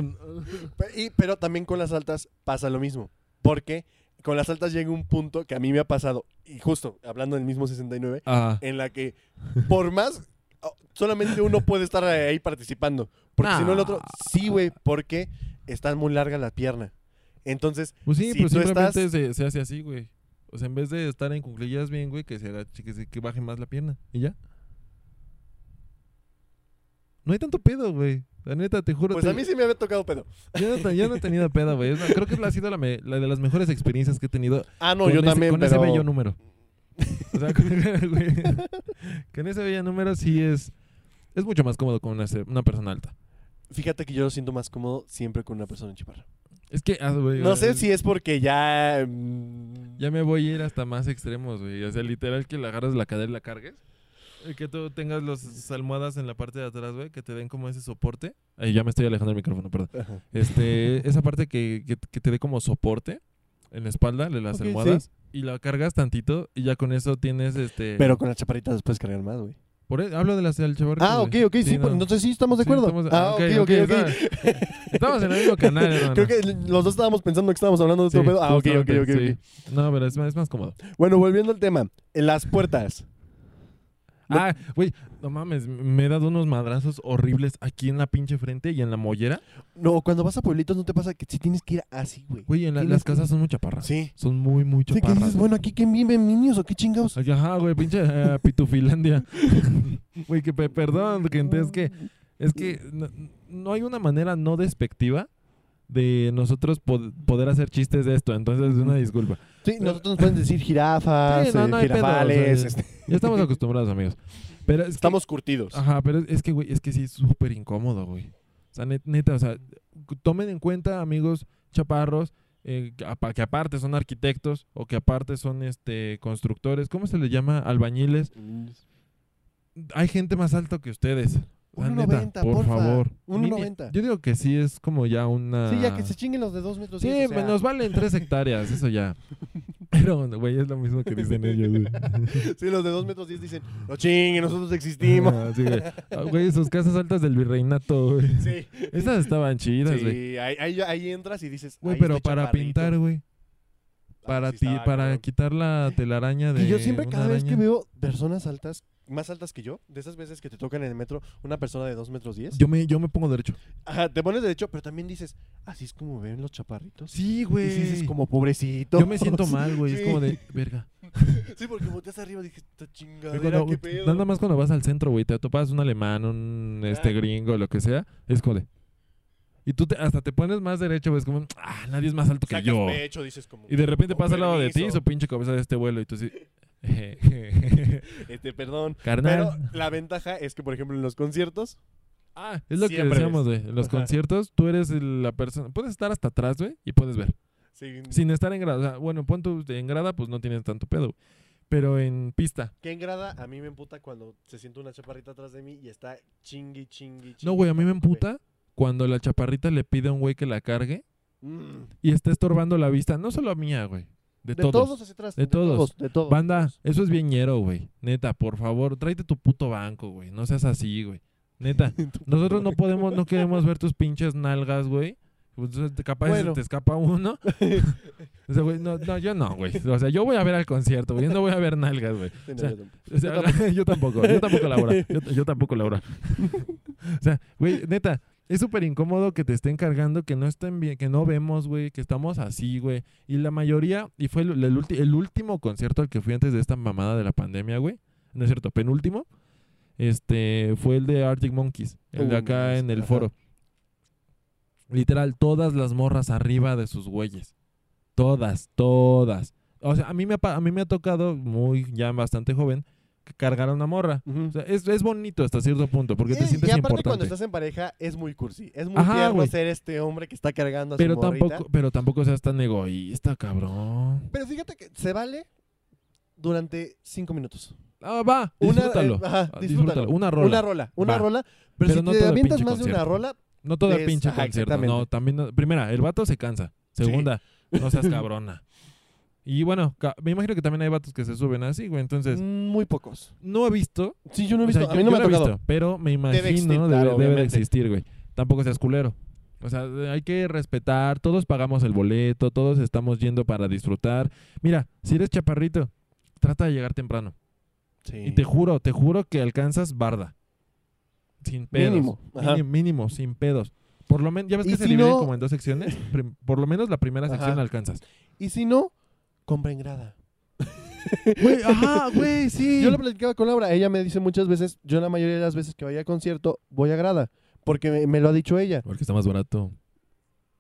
Speaker 2: Pe- y- pero también con las altas pasa lo mismo. Porque con las altas llega un punto que a mí me ha pasado, y justo hablando del mismo 69,
Speaker 1: ah.
Speaker 2: en la que por más, oh, solamente uno puede estar ahí participando. Porque si no el otro,
Speaker 1: Ah.
Speaker 2: sí, güey, porque están muy larga la pierna. Entonces,
Speaker 1: Pues sí,
Speaker 2: Si
Speaker 1: pero
Speaker 2: tú
Speaker 1: simplemente se, se hace así, güey. O sea, en vez de estar en cuclillas bien, güey, que se agache, que, se- que baje más la pierna. Y ya. No hay tanto pedo, güey. La neta, te juro.
Speaker 2: pues
Speaker 1: te-
Speaker 2: a mí sí me había tocado pedo.
Speaker 1: yo, no, te- yo no he tenido pedo, güey. Es la- creo que ha sido la, me- la de las mejores experiencias que he tenido.
Speaker 2: Ah, no,
Speaker 1: con
Speaker 2: yo
Speaker 1: ese,
Speaker 2: también,
Speaker 1: Con
Speaker 2: pero...
Speaker 1: ese bello número. O sea, con, güey, con ese bello número sí es... Es mucho más cómodo con una, se- una persona alta.
Speaker 2: Fíjate que yo lo siento más cómodo siempre con una persona chaparra.
Speaker 1: Es que. ah, güey,
Speaker 2: No
Speaker 1: eh,
Speaker 2: sé si es porque ya. mm,
Speaker 1: Ya me voy a ir hasta más extremos, güey. O sea, literal que la agarras la cadera y la cargues. Y que tú tengas las almohadas en la parte de atrás, güey, que te den como ese soporte. Ay, ya me estoy alejando del micrófono, perdón.
Speaker 2: Ajá.
Speaker 1: Este, esa parte que, que- que te dé como soporte en la espalda, le las
Speaker 2: Ok, sí.
Speaker 1: almohadas. Y la cargas tantito y ya con eso tienes este...
Speaker 2: Pero con las chaparritas después cargar más, güey.
Speaker 1: Por e- hablo de las alchabarras.
Speaker 2: Ah, ok, ok, sí, pues, entonces sí estamos de
Speaker 1: Sí,
Speaker 2: acuerdo.
Speaker 1: estamos de-
Speaker 2: Ah,
Speaker 1: ah,
Speaker 2: ok,
Speaker 1: ok,
Speaker 2: ok,
Speaker 1: ok,
Speaker 2: ok.
Speaker 1: estaba- Estamos en el mismo canal, hermano.
Speaker 2: Creo que los dos estábamos pensando que estábamos hablando de
Speaker 1: Sí,
Speaker 2: otro pedo. Ah, ok, ok, ok.
Speaker 1: justamente,
Speaker 2: ok.
Speaker 1: sí. No, pero es más, es más cómodo.
Speaker 2: Bueno, volviendo al tema. En las puertas. No-
Speaker 1: Ah, güey, no mames, me he dado unos madrazos horribles aquí en la pinche frente y en la mollera.
Speaker 2: No, cuando vas a pueblitos no te pasa que sí tienes que ir así, güey.
Speaker 1: Güey, en la-
Speaker 2: Tienes
Speaker 1: las
Speaker 2: que-
Speaker 1: casas son muy chaparras.
Speaker 2: Sí.
Speaker 1: Son muy, muy
Speaker 2: Sí, que
Speaker 1: chaparras.
Speaker 2: dices, bueno, aquí que viven niños o qué chingados.
Speaker 1: Ay, Ajá, güey, pinche eh, pitufilandia. Güey, que pe- perdón, gente, es que, es que no, no hay una manera no despectiva de nosotros pod- poder hacer chistes de esto, entonces una disculpa.
Speaker 2: Sí, nosotros nos pueden decir jirafas,
Speaker 1: Sí, no,
Speaker 2: eh,
Speaker 1: no hay pedo,
Speaker 2: jirafales.
Speaker 1: o sea,
Speaker 2: este,
Speaker 1: Ya estamos acostumbrados, amigos. Pero es que-
Speaker 2: Estamos curtidos.
Speaker 1: Ajá, pero es- es que, güey, es que sí es súper incómodo, güey. O sea, net- neta, o sea, cu- tomen en cuenta, amigos chaparros, eh, que apa- que aparte son arquitectos o que aparte son este constructores, ¿cómo se les llama? Albañiles. Hay gente más alta que ustedes. O sea, neta,
Speaker 2: 1.90,
Speaker 1: por
Speaker 2: porfa.
Speaker 1: favor.
Speaker 2: 1.90.
Speaker 1: Mini- Yo digo que sí es como ya una.
Speaker 2: Sí, ya que se chinguen los de dos
Speaker 1: Ah.
Speaker 2: metros.
Speaker 1: Sí,
Speaker 2: diez, o sea,
Speaker 1: pues nos valen tres hectáreas, eso ya. Pero, güey, es lo mismo que dicen ellos, güey.
Speaker 2: Sí, los de dos metros diez dicen, no chinguen, nosotros existimos.
Speaker 1: Ah, sí, güey. Ah, güey, sus casas altas del virreinato, güey.
Speaker 2: Sí,
Speaker 1: Esas estaban chidas, güey.
Speaker 2: sí ahí, ahí- ahí entras y dices,
Speaker 1: Güey,
Speaker 2: "Ay,
Speaker 1: pero
Speaker 2: este
Speaker 1: para
Speaker 2: chaparrito".
Speaker 1: pintar, güey. Para
Speaker 2: sí
Speaker 1: ti,
Speaker 2: estaba
Speaker 1: para
Speaker 2: cabrón.
Speaker 1: quitar la telaraña de.
Speaker 2: Y yo siempre, cada
Speaker 1: una
Speaker 2: vez que
Speaker 1: araña.
Speaker 2: veo personas altas, más altas que yo, de esas veces que te tocan en el metro una persona de dos metros diez,
Speaker 1: Yo me, yo me pongo derecho.
Speaker 2: ajá, te pones derecho, pero también dices, así es como ven los chaparritos.
Speaker 1: Sí,
Speaker 2: Y
Speaker 1: güey.
Speaker 2: sí dices, como pobrecito.
Speaker 1: Yo me siento mal, güey. Es
Speaker 2: Sí.
Speaker 1: como de, verga.
Speaker 2: Sí, porque volteas arriba y dije, esta
Speaker 1: Güey,
Speaker 2: chingadera,
Speaker 1: cuando-
Speaker 2: qué pedo.
Speaker 1: nada más cuando vas al centro, güey, te topas un alemán, un este
Speaker 2: Ah.
Speaker 1: gringo, lo que sea, es como de. Y tú te- hasta te pones más derecho, güey, es como, ah, nadie es más alto que
Speaker 2: Sacas
Speaker 1: yo.
Speaker 2: pecho, dices como,
Speaker 1: Y de repente
Speaker 2: "Con
Speaker 1: pasa al lado de ti,
Speaker 2: permiso".
Speaker 1: su pinche cabeza de este vuelo, y tú así.
Speaker 2: Este, perdón. Pero
Speaker 1: Carnal.
Speaker 2: la ventaja es que, por ejemplo, en los conciertos,
Speaker 1: ah, es lo que
Speaker 2: siempre
Speaker 1: decíamos, güey. En los
Speaker 2: Ajá.
Speaker 1: conciertos, tú eres el- la persona. Puedes estar hasta atrás, güey, y puedes ver.
Speaker 2: sí,
Speaker 1: Sin estar en grada. O sea, bueno, pon tu en grada, pues no tienes tanto pedo. güey. Pero en pista.
Speaker 2: que en grada a mí me emputa cuando se siente una chaparrita atrás de mí y está chingui, chingui, chingui.
Speaker 1: No, güey, a mí me
Speaker 2: con tu
Speaker 1: emputa cuando la chaparrita le pide a un güey que la cargue
Speaker 2: güey. Mm.
Speaker 1: y está estorbando la vista, no solo mía, güey, de,
Speaker 2: De,
Speaker 1: todos.
Speaker 2: todos. hacia atrás.
Speaker 1: De todos.
Speaker 2: De todos.
Speaker 1: Banda, eso es viñero, güey. Neta, por favor, tráete tu puto banco, güey. No seas así, güey. Neta, nosotros no podemos, no queremos ver tus pinches nalgas, güey. Pues, este, Capaz se
Speaker 2: Bueno.
Speaker 1: te escapa uno. O sea, güey, no, no, yo no, güey. O sea, yo voy a ver al concierto, güey. Yo no voy a ver nalgas, güey.
Speaker 2: Sí, no,
Speaker 1: o sea,
Speaker 2: yo tampoco.
Speaker 1: O sea, yo tampoco, yo tampoco, Laura. Yo, yo tampoco, Laura. o sea, güey, neta, es súper incómodo que te estén cargando, que no estén bien, que no vemos, güey, que estamos así, güey. Y la mayoría, y fue el, el ulti- el último concierto al que fui antes de esta mamada de la pandemia, güey. No es cierto, penúltimo. Este, fue el de Arctic Monkeys, el de
Speaker 2: Uh,
Speaker 1: acá
Speaker 2: mames,
Speaker 1: en el
Speaker 2: ajá.
Speaker 1: foro. Literal, todas las morras arriba de sus güeyes. Todas, todas. O sea, a mí me ha, pa- a mí me ha tocado, muy, ya bastante joven, que cargar a una morra.
Speaker 2: Ujú.
Speaker 1: O sea, es, es bonito hasta cierto punto, porque te
Speaker 2: Eh,
Speaker 1: sientes
Speaker 2: y aparte cuando
Speaker 1: importante.
Speaker 2: estás en pareja es muy cursi. Es muy
Speaker 1: Ajá,
Speaker 2: tierno
Speaker 1: güey.
Speaker 2: ser este hombre que está cargando a
Speaker 1: Pero
Speaker 2: su morrita.
Speaker 1: tampoco, pero tampoco seas tan egoísta, cabrón.
Speaker 2: Pero fíjate que se vale durante cinco minutos.
Speaker 1: Ah, va,
Speaker 2: Una,
Speaker 1: disfrútalo.
Speaker 2: eh, ajá,
Speaker 1: Ah,
Speaker 2: disfrútalo.
Speaker 1: Una rola.
Speaker 2: Una rola. Una
Speaker 1: Va.
Speaker 2: rola. Pero,
Speaker 1: Pero
Speaker 2: si
Speaker 1: no todo
Speaker 2: te
Speaker 1: el
Speaker 2: avientas
Speaker 1: pinche
Speaker 2: más de una
Speaker 1: concierto.
Speaker 2: rola,
Speaker 1: No todo el
Speaker 2: Es-
Speaker 1: pinche
Speaker 2: ajá,
Speaker 1: concierto. No,
Speaker 2: exactamente.
Speaker 1: también. no- Primera, el vato se cansa.
Speaker 2: Sí.
Speaker 1: Segunda, no seas cabrona. Y bueno, ca- me imagino que también hay vatos que se suben así, güey. Entonces,
Speaker 2: muy pocos.
Speaker 1: no he visto.
Speaker 2: Sí, yo no he
Speaker 1: o sea,
Speaker 2: visto. a
Speaker 1: yo-
Speaker 2: mí no
Speaker 1: yo
Speaker 2: me ha
Speaker 1: lo he
Speaker 2: tocado.
Speaker 1: visto, pero me
Speaker 2: Debe existir,
Speaker 1: imagino debe,
Speaker 2: claro,
Speaker 1: debe de
Speaker 2: obviamente.
Speaker 1: existir, güey. Tampoco seas culero. O sea, hay que respetar. Todos pagamos el boleto. Todos estamos yendo para disfrutar. Mira, si eres chaparrito, trata de llegar temprano.
Speaker 2: Sí.
Speaker 1: Y te juro, te juro que alcanzas barda. Sin pedos.
Speaker 2: Mínimo. Ajá.
Speaker 1: Mínimo, mínimo, sin pedos. Por lo menos, ya ves
Speaker 2: Y
Speaker 1: que se
Speaker 2: si
Speaker 1: dividen
Speaker 2: no-
Speaker 1: como en dos secciones. Prim- Por lo menos la primera sección
Speaker 2: Ajá.
Speaker 1: la alcanzas.
Speaker 2: Y si no, compren grada.
Speaker 1: Güey, ajá, güey, sí.
Speaker 2: Yo lo platicaba con Laura. Ella me dice muchas veces, yo la mayoría de las veces que vaya a concierto, voy a grada. Porque me, me lo ha dicho ella.
Speaker 1: Porque está más barato.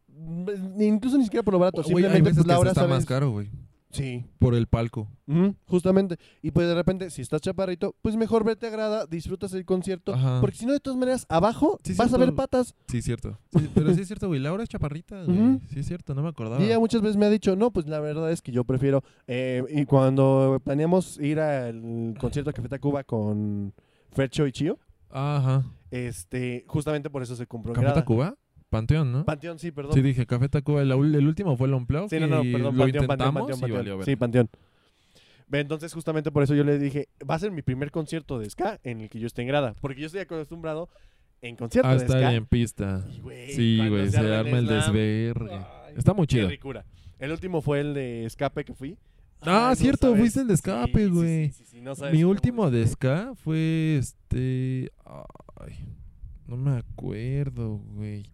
Speaker 2: Mm, Incluso ni siquiera por lo barato.
Speaker 1: Güey, hay
Speaker 2: simplemente
Speaker 1: veces
Speaker 2: pues,
Speaker 1: que hasta
Speaker 2: Laura
Speaker 1: está
Speaker 2: sabe-
Speaker 1: más caro, güey.
Speaker 2: Sí.
Speaker 1: por el palco.
Speaker 2: Ujú, justamente. Y pues de repente, si estás chaparrito, pues mejor vete a grada, disfrutas el concierto.
Speaker 1: Ajá.
Speaker 2: Porque si no, de todas maneras, abajo
Speaker 1: Sí,
Speaker 2: vas a
Speaker 1: cierto.
Speaker 2: ver patas.
Speaker 1: Sí, cierto. Sí, pero sí es cierto, güey. Laura es chaparrita, güey.
Speaker 2: Ujú.
Speaker 1: Sí es cierto, no me acordaba.
Speaker 2: Y ella muchas veces me ha dicho, no, pues la verdad es que yo prefiero. eh, y cuando planeamos ir al concierto de Café Tacuba con Fercho y Chio,
Speaker 1: Ajá.
Speaker 2: este, justamente por eso se compró en
Speaker 1: ¿Café
Speaker 2: grada.
Speaker 1: Tacuba? Panteón, ¿no?
Speaker 2: Panteón, sí, perdón.
Speaker 1: Sí, dije Café Tacuba. El, ul- el último fue el Unplugged
Speaker 2: Sí, no, no,
Speaker 1: y
Speaker 2: perdón,
Speaker 1: lo
Speaker 2: Panteón, Panteón,
Speaker 1: intentamos
Speaker 2: Panteón,
Speaker 1: y valió
Speaker 2: Panteón.
Speaker 1: verga.
Speaker 2: Sí, Panteón. Ve, Entonces, justamente por eso yo le dije, va a ser mi primer concierto de ska en el que yo esté en grada. Porque yo estoy acostumbrado en concierto
Speaker 1: Ah,
Speaker 2: de
Speaker 1: está
Speaker 2: ska.
Speaker 1: bien, pista.
Speaker 2: Y, güey,
Speaker 1: Sí,
Speaker 2: cuando
Speaker 1: güey, se
Speaker 2: arma
Speaker 1: arma el
Speaker 2: slam,
Speaker 1: desvergue.
Speaker 2: ay,
Speaker 1: Está muy
Speaker 2: qué
Speaker 1: chido.
Speaker 2: ricura. El último fue el de escape que fui.
Speaker 1: Ah,
Speaker 2: Ay, no
Speaker 1: cierto,
Speaker 2: sabes.
Speaker 1: fuiste el de
Speaker 2: Sí,
Speaker 1: escape,
Speaker 2: sí, sí,
Speaker 1: güey.
Speaker 2: sí, sí, no sabes
Speaker 1: Mi
Speaker 2: cómo
Speaker 1: último
Speaker 2: es.
Speaker 1: de ska fue este. Ay, no me acuerdo, güey.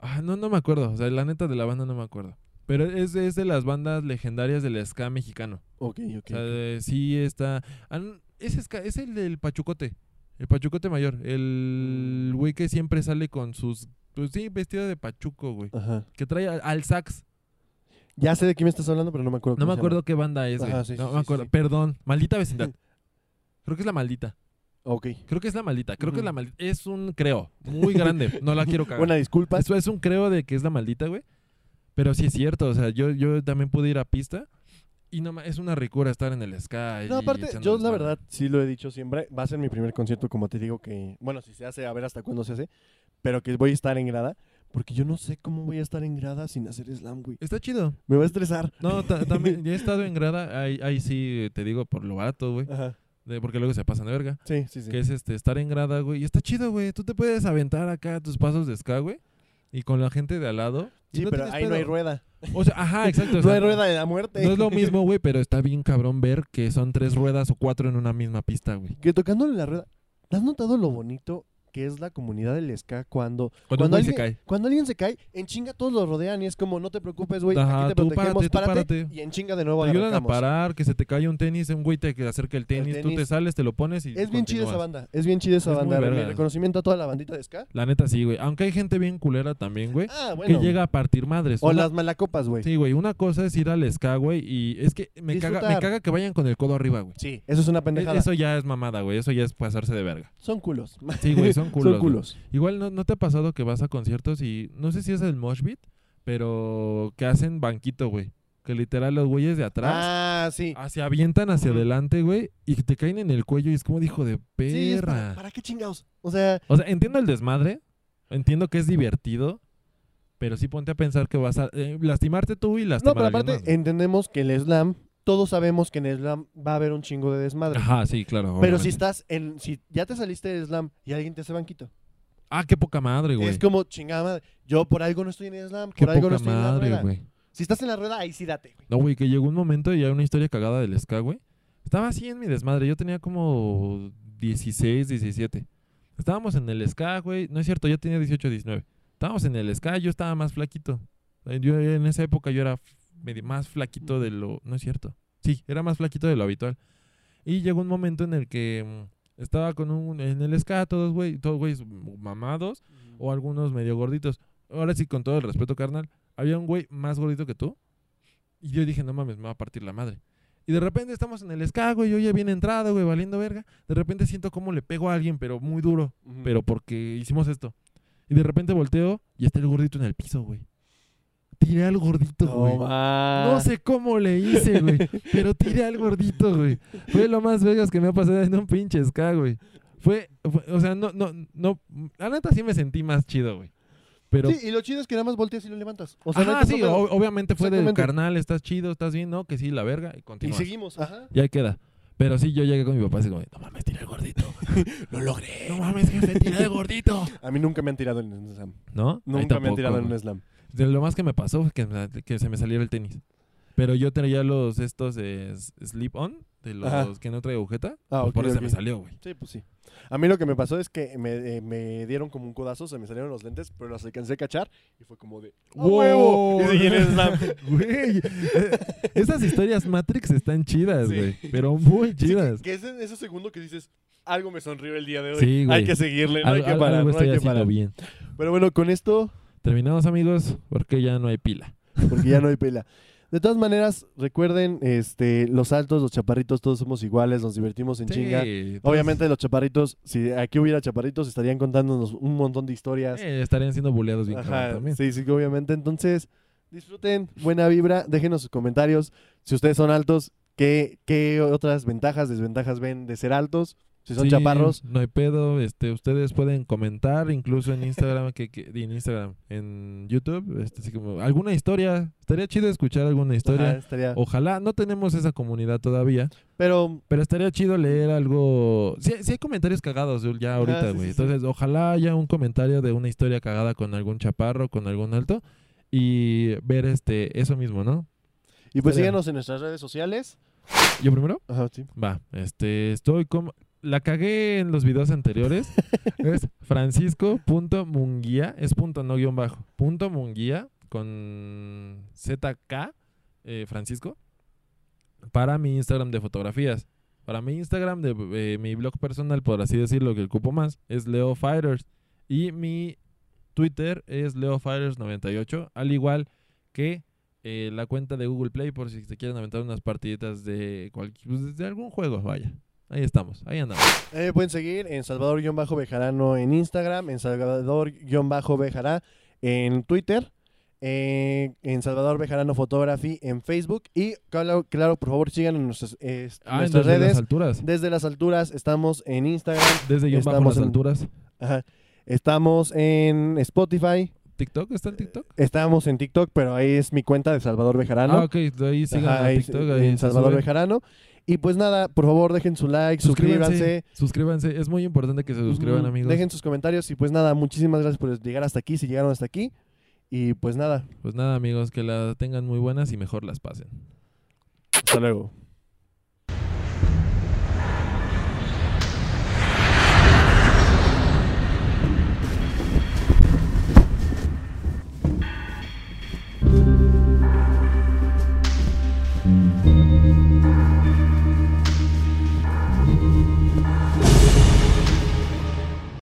Speaker 1: Ah, no, no me acuerdo. O sea, la neta de la banda no me acuerdo. Pero es, es de las bandas legendarias del ska mexicano.
Speaker 2: Ok, ok.
Speaker 1: O sea, de- sí está. ah, no, es, ska- es el del Pachucote. El Pachucote mayor.
Speaker 2: Mm.
Speaker 1: El güey que siempre sale con sus. Pues sí, vestido de Pachuco, güey.
Speaker 2: Ajá.
Speaker 1: Que trae al, al sax.
Speaker 2: Ya sé de quién me estás hablando, pero no me acuerdo.
Speaker 1: No
Speaker 2: cómo
Speaker 1: me
Speaker 2: se
Speaker 1: acuerdo qué banda es, güey.
Speaker 2: Ajá, sí,
Speaker 1: no
Speaker 2: sí,
Speaker 1: me
Speaker 2: sí,
Speaker 1: acuerdo.
Speaker 2: sí.
Speaker 1: Perdón. Maldita vecindad. Creo que es la maldita.
Speaker 2: llama. Ok.
Speaker 1: Creo que es la maldita, creo que es la
Speaker 2: Ujú.
Speaker 1: maldita. Es un creo, muy grande, no la quiero cagar.
Speaker 2: Una disculpa.
Speaker 1: Eso es un creo de que es la maldita, güey. Pero sí es cierto, o sea, yo, yo también pude ir a pista y no, ma- es una ricura estar en el Sky.
Speaker 2: No,
Speaker 1: y
Speaker 2: aparte,
Speaker 1: echando
Speaker 2: yo la
Speaker 1: desmadre.
Speaker 2: verdad sí lo he dicho siempre. Va a ser mi primer concierto, como te digo, que. Bueno, si se hace, a ver hasta cuándo se hace. Pero que voy a estar en grada. Porque yo no sé cómo voy a estar en grada sin hacer slam, güey.
Speaker 1: Está chido.
Speaker 2: Me va a estresar.
Speaker 1: No, ta- también ya he estado en grada, ahí, ahí sí te digo por lo barato, güey,
Speaker 2: Ajá.
Speaker 1: de- porque luego se pasan de verga.
Speaker 2: Sí, sí, sí.
Speaker 1: Que es este estar en grada, güey, y está chido, güey. Tú te puedes aventar acá tus pasos de ska, güey, y con la gente de al lado. y
Speaker 2: Sí,
Speaker 1: no
Speaker 2: pero
Speaker 1: tienes
Speaker 2: ahí no hay
Speaker 1: pedo.
Speaker 2: rueda.
Speaker 1: O sea, ajá, exacto. o
Speaker 2: No
Speaker 1: sea,
Speaker 2: hay rueda de la muerte.
Speaker 1: No es lo mismo, güey, pero está bien cabrón ver que son tres ruedas o cuatro en una misma pista, güey.
Speaker 2: Que tocándole la rueda. ¿Has notado lo bonito que es la comunidad del ska cuando
Speaker 1: Cuando,
Speaker 2: un güey
Speaker 1: se cae.
Speaker 2: Cuando alguien se cae, en chinga todos lo rodean y es como, no te preocupes, güey,
Speaker 1: Ajá,
Speaker 2: aquí te
Speaker 1: tú
Speaker 2: protegemos,
Speaker 1: párate, tú párate.
Speaker 2: Y en chinga de nuevo
Speaker 1: Te ayudan a
Speaker 2: arrancamos.
Speaker 1: parar, que se te cae un tenis, un güey te acerca el tenis, tú
Speaker 2: tenis.
Speaker 1: te sales, te lo pones y
Speaker 2: Es bien chida esa
Speaker 1: continúas.
Speaker 2: banda, es bien chida esa
Speaker 1: Es muy
Speaker 2: banda. Mi
Speaker 1: verga.
Speaker 2: reconocimiento a toda la bandita de ska.
Speaker 1: La neta sí, güey. Aunque hay gente bien culera también, güey,
Speaker 2: Ah, bueno.
Speaker 1: que llega a partir madres.
Speaker 2: O
Speaker 1: Una-
Speaker 2: las malacopas, güey. Sí.
Speaker 1: Sí, güey, una cosa es ir al ska, güey, y es que me caga, me
Speaker 2: Disfrutar.
Speaker 1: caga que vayan con el codo arriba, güey.
Speaker 2: eso es una
Speaker 1: E-
Speaker 2: pendejada.
Speaker 1: Eso ya es mamada, güey. Eso ya es pasarse de verga.
Speaker 2: Son culos.
Speaker 1: Sí, güey, son culos.
Speaker 2: Son
Speaker 1: güey.
Speaker 2: culos.
Speaker 1: Igual ¿no, no te ha pasado que vas a conciertos y no sé si es el mosh pit, pero que hacen banquito, güey. Que literal los güeyes de atrás
Speaker 2: Ah, sí.
Speaker 1: ah, se avientan hacia
Speaker 2: Ujú.
Speaker 1: adelante, güey, y te caen en el cuello y es como de hijo de
Speaker 2: Sí, es
Speaker 1: perra.
Speaker 2: para, ¿para qué chingados? O sea,
Speaker 1: O sea, entiendo el desmadre, entiendo que es divertido, pero sí ponte a pensar que vas a eh, lastimarte tú y
Speaker 2: no,
Speaker 1: lastimar
Speaker 2: pero
Speaker 1: a alguien
Speaker 2: aparte
Speaker 1: más, güey.
Speaker 2: entendemos que el slam, todos sabemos que en el slam va a haber un chingo de desmadre.
Speaker 1: Ajá, sí, claro.
Speaker 2: Pero
Speaker 1: obviamente.
Speaker 2: si estás en, si ya te saliste del slam y alguien te hace banquito,
Speaker 1: Ah, qué poca madre, güey.
Speaker 2: Es como chingada madre. Yo por algo no estoy en Islam,
Speaker 1: Qué
Speaker 2: por algo
Speaker 1: poca
Speaker 2: no estoy en la
Speaker 1: madre,
Speaker 2: rueda.
Speaker 1: güey.
Speaker 2: Si estás en la rueda, ahí sí date, güey.
Speaker 1: No, güey, que llegó un momento y hay una historia cagada del ska, güey. Estaba así en mi desmadre. Yo tenía como 16, 17. Estábamos en el ska, güey. No es cierto, yo tenía 18, 19. Estábamos en el ska, yo estaba más flaquito. Eh, Yo en esa época yo era f- medio más flaquito de lo... No es cierto. Sí, era más flaquito de lo habitual. Y llegó un momento en el que mm, estaba con un... En el ska todos, güey, todos güeyes mamados o algunos medio gorditos. Ahora sí, con todo el respeto, carnal, había un güey más gordito que tú. Y yo dije, no mames, me va a partir la madre. Y de repente estamos en el ska, güey, yo ya bien entrado, güey, valiendo verga. De repente siento como le pego a alguien, pero muy duro. Pero porque hicimos esto. Y de repente volteo y está el gordito en el piso, güey. Tiré al gordito, güey. No sé cómo le hice, güey. pero tiré al gordito, güey. Fue lo más vergas que me ha pasado en un pinche ska, güey. Fue, fue- o sea, no, no, no. La neta sí me sentí más chido, güey. Pero.
Speaker 2: Sí, y lo chido es que nada más volteas y lo levantas. O sea, no hay
Speaker 1: Ajá,
Speaker 2: tanto
Speaker 1: sí,
Speaker 2: pedo.
Speaker 1: ob- obviamente fue del
Speaker 2: Exactamente.
Speaker 1: carnal, estás chido, estás bien, ¿no? Que sí, la verga, y
Speaker 2: Y
Speaker 1: continúa.
Speaker 2: seguimos. Ajá.
Speaker 1: Y ahí queda. Pero sí, yo llegué con mi papá así como, no mames, tiré al gordito.
Speaker 2: Lo logré.
Speaker 1: No mames, jefe, tiré al gordito.
Speaker 2: A mí nunca me han tirado en un slam.
Speaker 1: ¿No? Ahí
Speaker 2: Nunca me
Speaker 1: tampoco,
Speaker 2: han tirado en
Speaker 1: güey.
Speaker 2: un slam.
Speaker 1: De lo más que me pasó fue que, me- que se me saliera el tenis. Pero yo traía los estos de slip on, de los
Speaker 2: Ajá.
Speaker 1: que no trae agujeta.
Speaker 2: Ah,
Speaker 1: pues
Speaker 2: ok,
Speaker 1: por eso
Speaker 2: ok.
Speaker 1: me salió, güey.
Speaker 2: Sí, pues sí. A mí lo que me pasó es que me, eh, me dieron como un codazo, se me salieron los lentes, pero los alcancé a cachar y fue como de ¡A huevo! Y seguí en el slam.
Speaker 1: Güey, eh, Esas historias Matrix están chidas,
Speaker 2: Sí.
Speaker 1: güey. Pero muy
Speaker 2: Sí,
Speaker 1: chidas.
Speaker 2: que, que es en ese segundo que dices, algo me sonrió el día de hoy.
Speaker 1: Sí, güey.
Speaker 2: hay que seguirle, no hay
Speaker 1: Al-
Speaker 2: que
Speaker 1: al-
Speaker 2: parar,
Speaker 1: algo
Speaker 2: no
Speaker 1: estoy
Speaker 2: hay que
Speaker 1: haciendo
Speaker 2: parar.
Speaker 1: bien.
Speaker 2: Pero bueno, con esto
Speaker 1: Terminamos amigos, porque ya no hay pila.
Speaker 2: porque ya no hay pela. De todas maneras, recuerden, este, los altos, los chaparritos, todos somos iguales, nos divertimos en chinga.
Speaker 1: Sí, todos-
Speaker 2: Obviamente los chaparritos, si aquí hubiera chaparritos, estarían contándonos un montón de historias.
Speaker 1: eh, estarían siendo buleados bien cabrón
Speaker 2: Ajá,
Speaker 1: también.
Speaker 2: sí, sí, obviamente. Entonces, disfruten, buena vibra, déjenos sus comentarios. Si ustedes son altos, ¿qué, qué otras ventajas, desventajas ven de ser altos? Si son
Speaker 1: Sí,
Speaker 2: chaparros,
Speaker 1: No hay pedo. Este, ustedes pueden comentar incluso en Instagram, que, que- en Instagram, en YouTube, este, así como alguna historia. Estaría chido escuchar alguna
Speaker 2: ajá,
Speaker 1: historia.
Speaker 2: estaría-
Speaker 1: Ojalá, no tenemos esa comunidad todavía,
Speaker 2: Pero
Speaker 1: pero estaría chido leer algo. Sí, sí hay comentarios cagados Zul, ya ahorita,
Speaker 2: Ah, sí,
Speaker 1: güey.
Speaker 2: sí, sí.
Speaker 1: Entonces, ojalá haya un comentario de una historia cagada con algún chaparro, con algún alto y ver este eso mismo, ¿no?
Speaker 2: Y pues
Speaker 1: Estaría-
Speaker 2: síganos en nuestras redes sociales.
Speaker 1: Yo primero.
Speaker 2: Ajá, sí.
Speaker 1: Va, este, estoy como... La cagué en los videos anteriores. es francisco.munguía, es punto no guión bajo. Punto munguía con ZK, eh, Francisco, para mi Instagram de fotografías. Para mi Instagram de eh, mi blog personal, por así decirlo, que ocupo más, es Leo Fighters. Y mi Twitter es LeoFighters98, al igual que eh, la cuenta de Google Play por si te quieren aventar unas partiditas de, cual- pues, de algún juego, vaya. Ahí estamos, ahí andamos.
Speaker 2: Eh, pueden seguir en Salvador-Bejarano en Instagram, en Salvador-Bejará en Twitter, eh, en Salvador Bejarano Photography en Facebook. Y claro, claro, por favor, sigan en nuestras, eh,
Speaker 1: Ah,
Speaker 2: nuestras
Speaker 1: desde las
Speaker 2: redes.
Speaker 1: alturas.
Speaker 2: Desde las alturas estamos en Instagram,
Speaker 1: Desde guión bajo
Speaker 2: Estamos
Speaker 1: las
Speaker 2: en-
Speaker 1: alturas.
Speaker 2: ajá, estamos en Spotify,
Speaker 1: ¿TikTok? ¿Está en TikTok?
Speaker 2: estamos en TikTok, pero ahí es mi cuenta de Salvador Bejarano.
Speaker 1: Ah, ok, de ahí sigan
Speaker 2: Ajá,
Speaker 1: a
Speaker 2: ahí
Speaker 1: TikTok. ahí
Speaker 2: en
Speaker 1: se
Speaker 2: Salvador
Speaker 1: sube.
Speaker 2: Bejarano. Y pues nada, por favor dejen su like, suscríbanse.
Speaker 1: Suscríbanse. Suscríbanse. Es muy importante que se suscriban,
Speaker 2: Ujú.
Speaker 1: amigos.
Speaker 2: Dejen sus comentarios y pues nada, muchísimas gracias por llegar hasta aquí, si llegaron hasta aquí. Y pues nada,
Speaker 1: Pues nada, amigos, que la tengan muy buenas y mejor las pasen.
Speaker 2: hasta luego.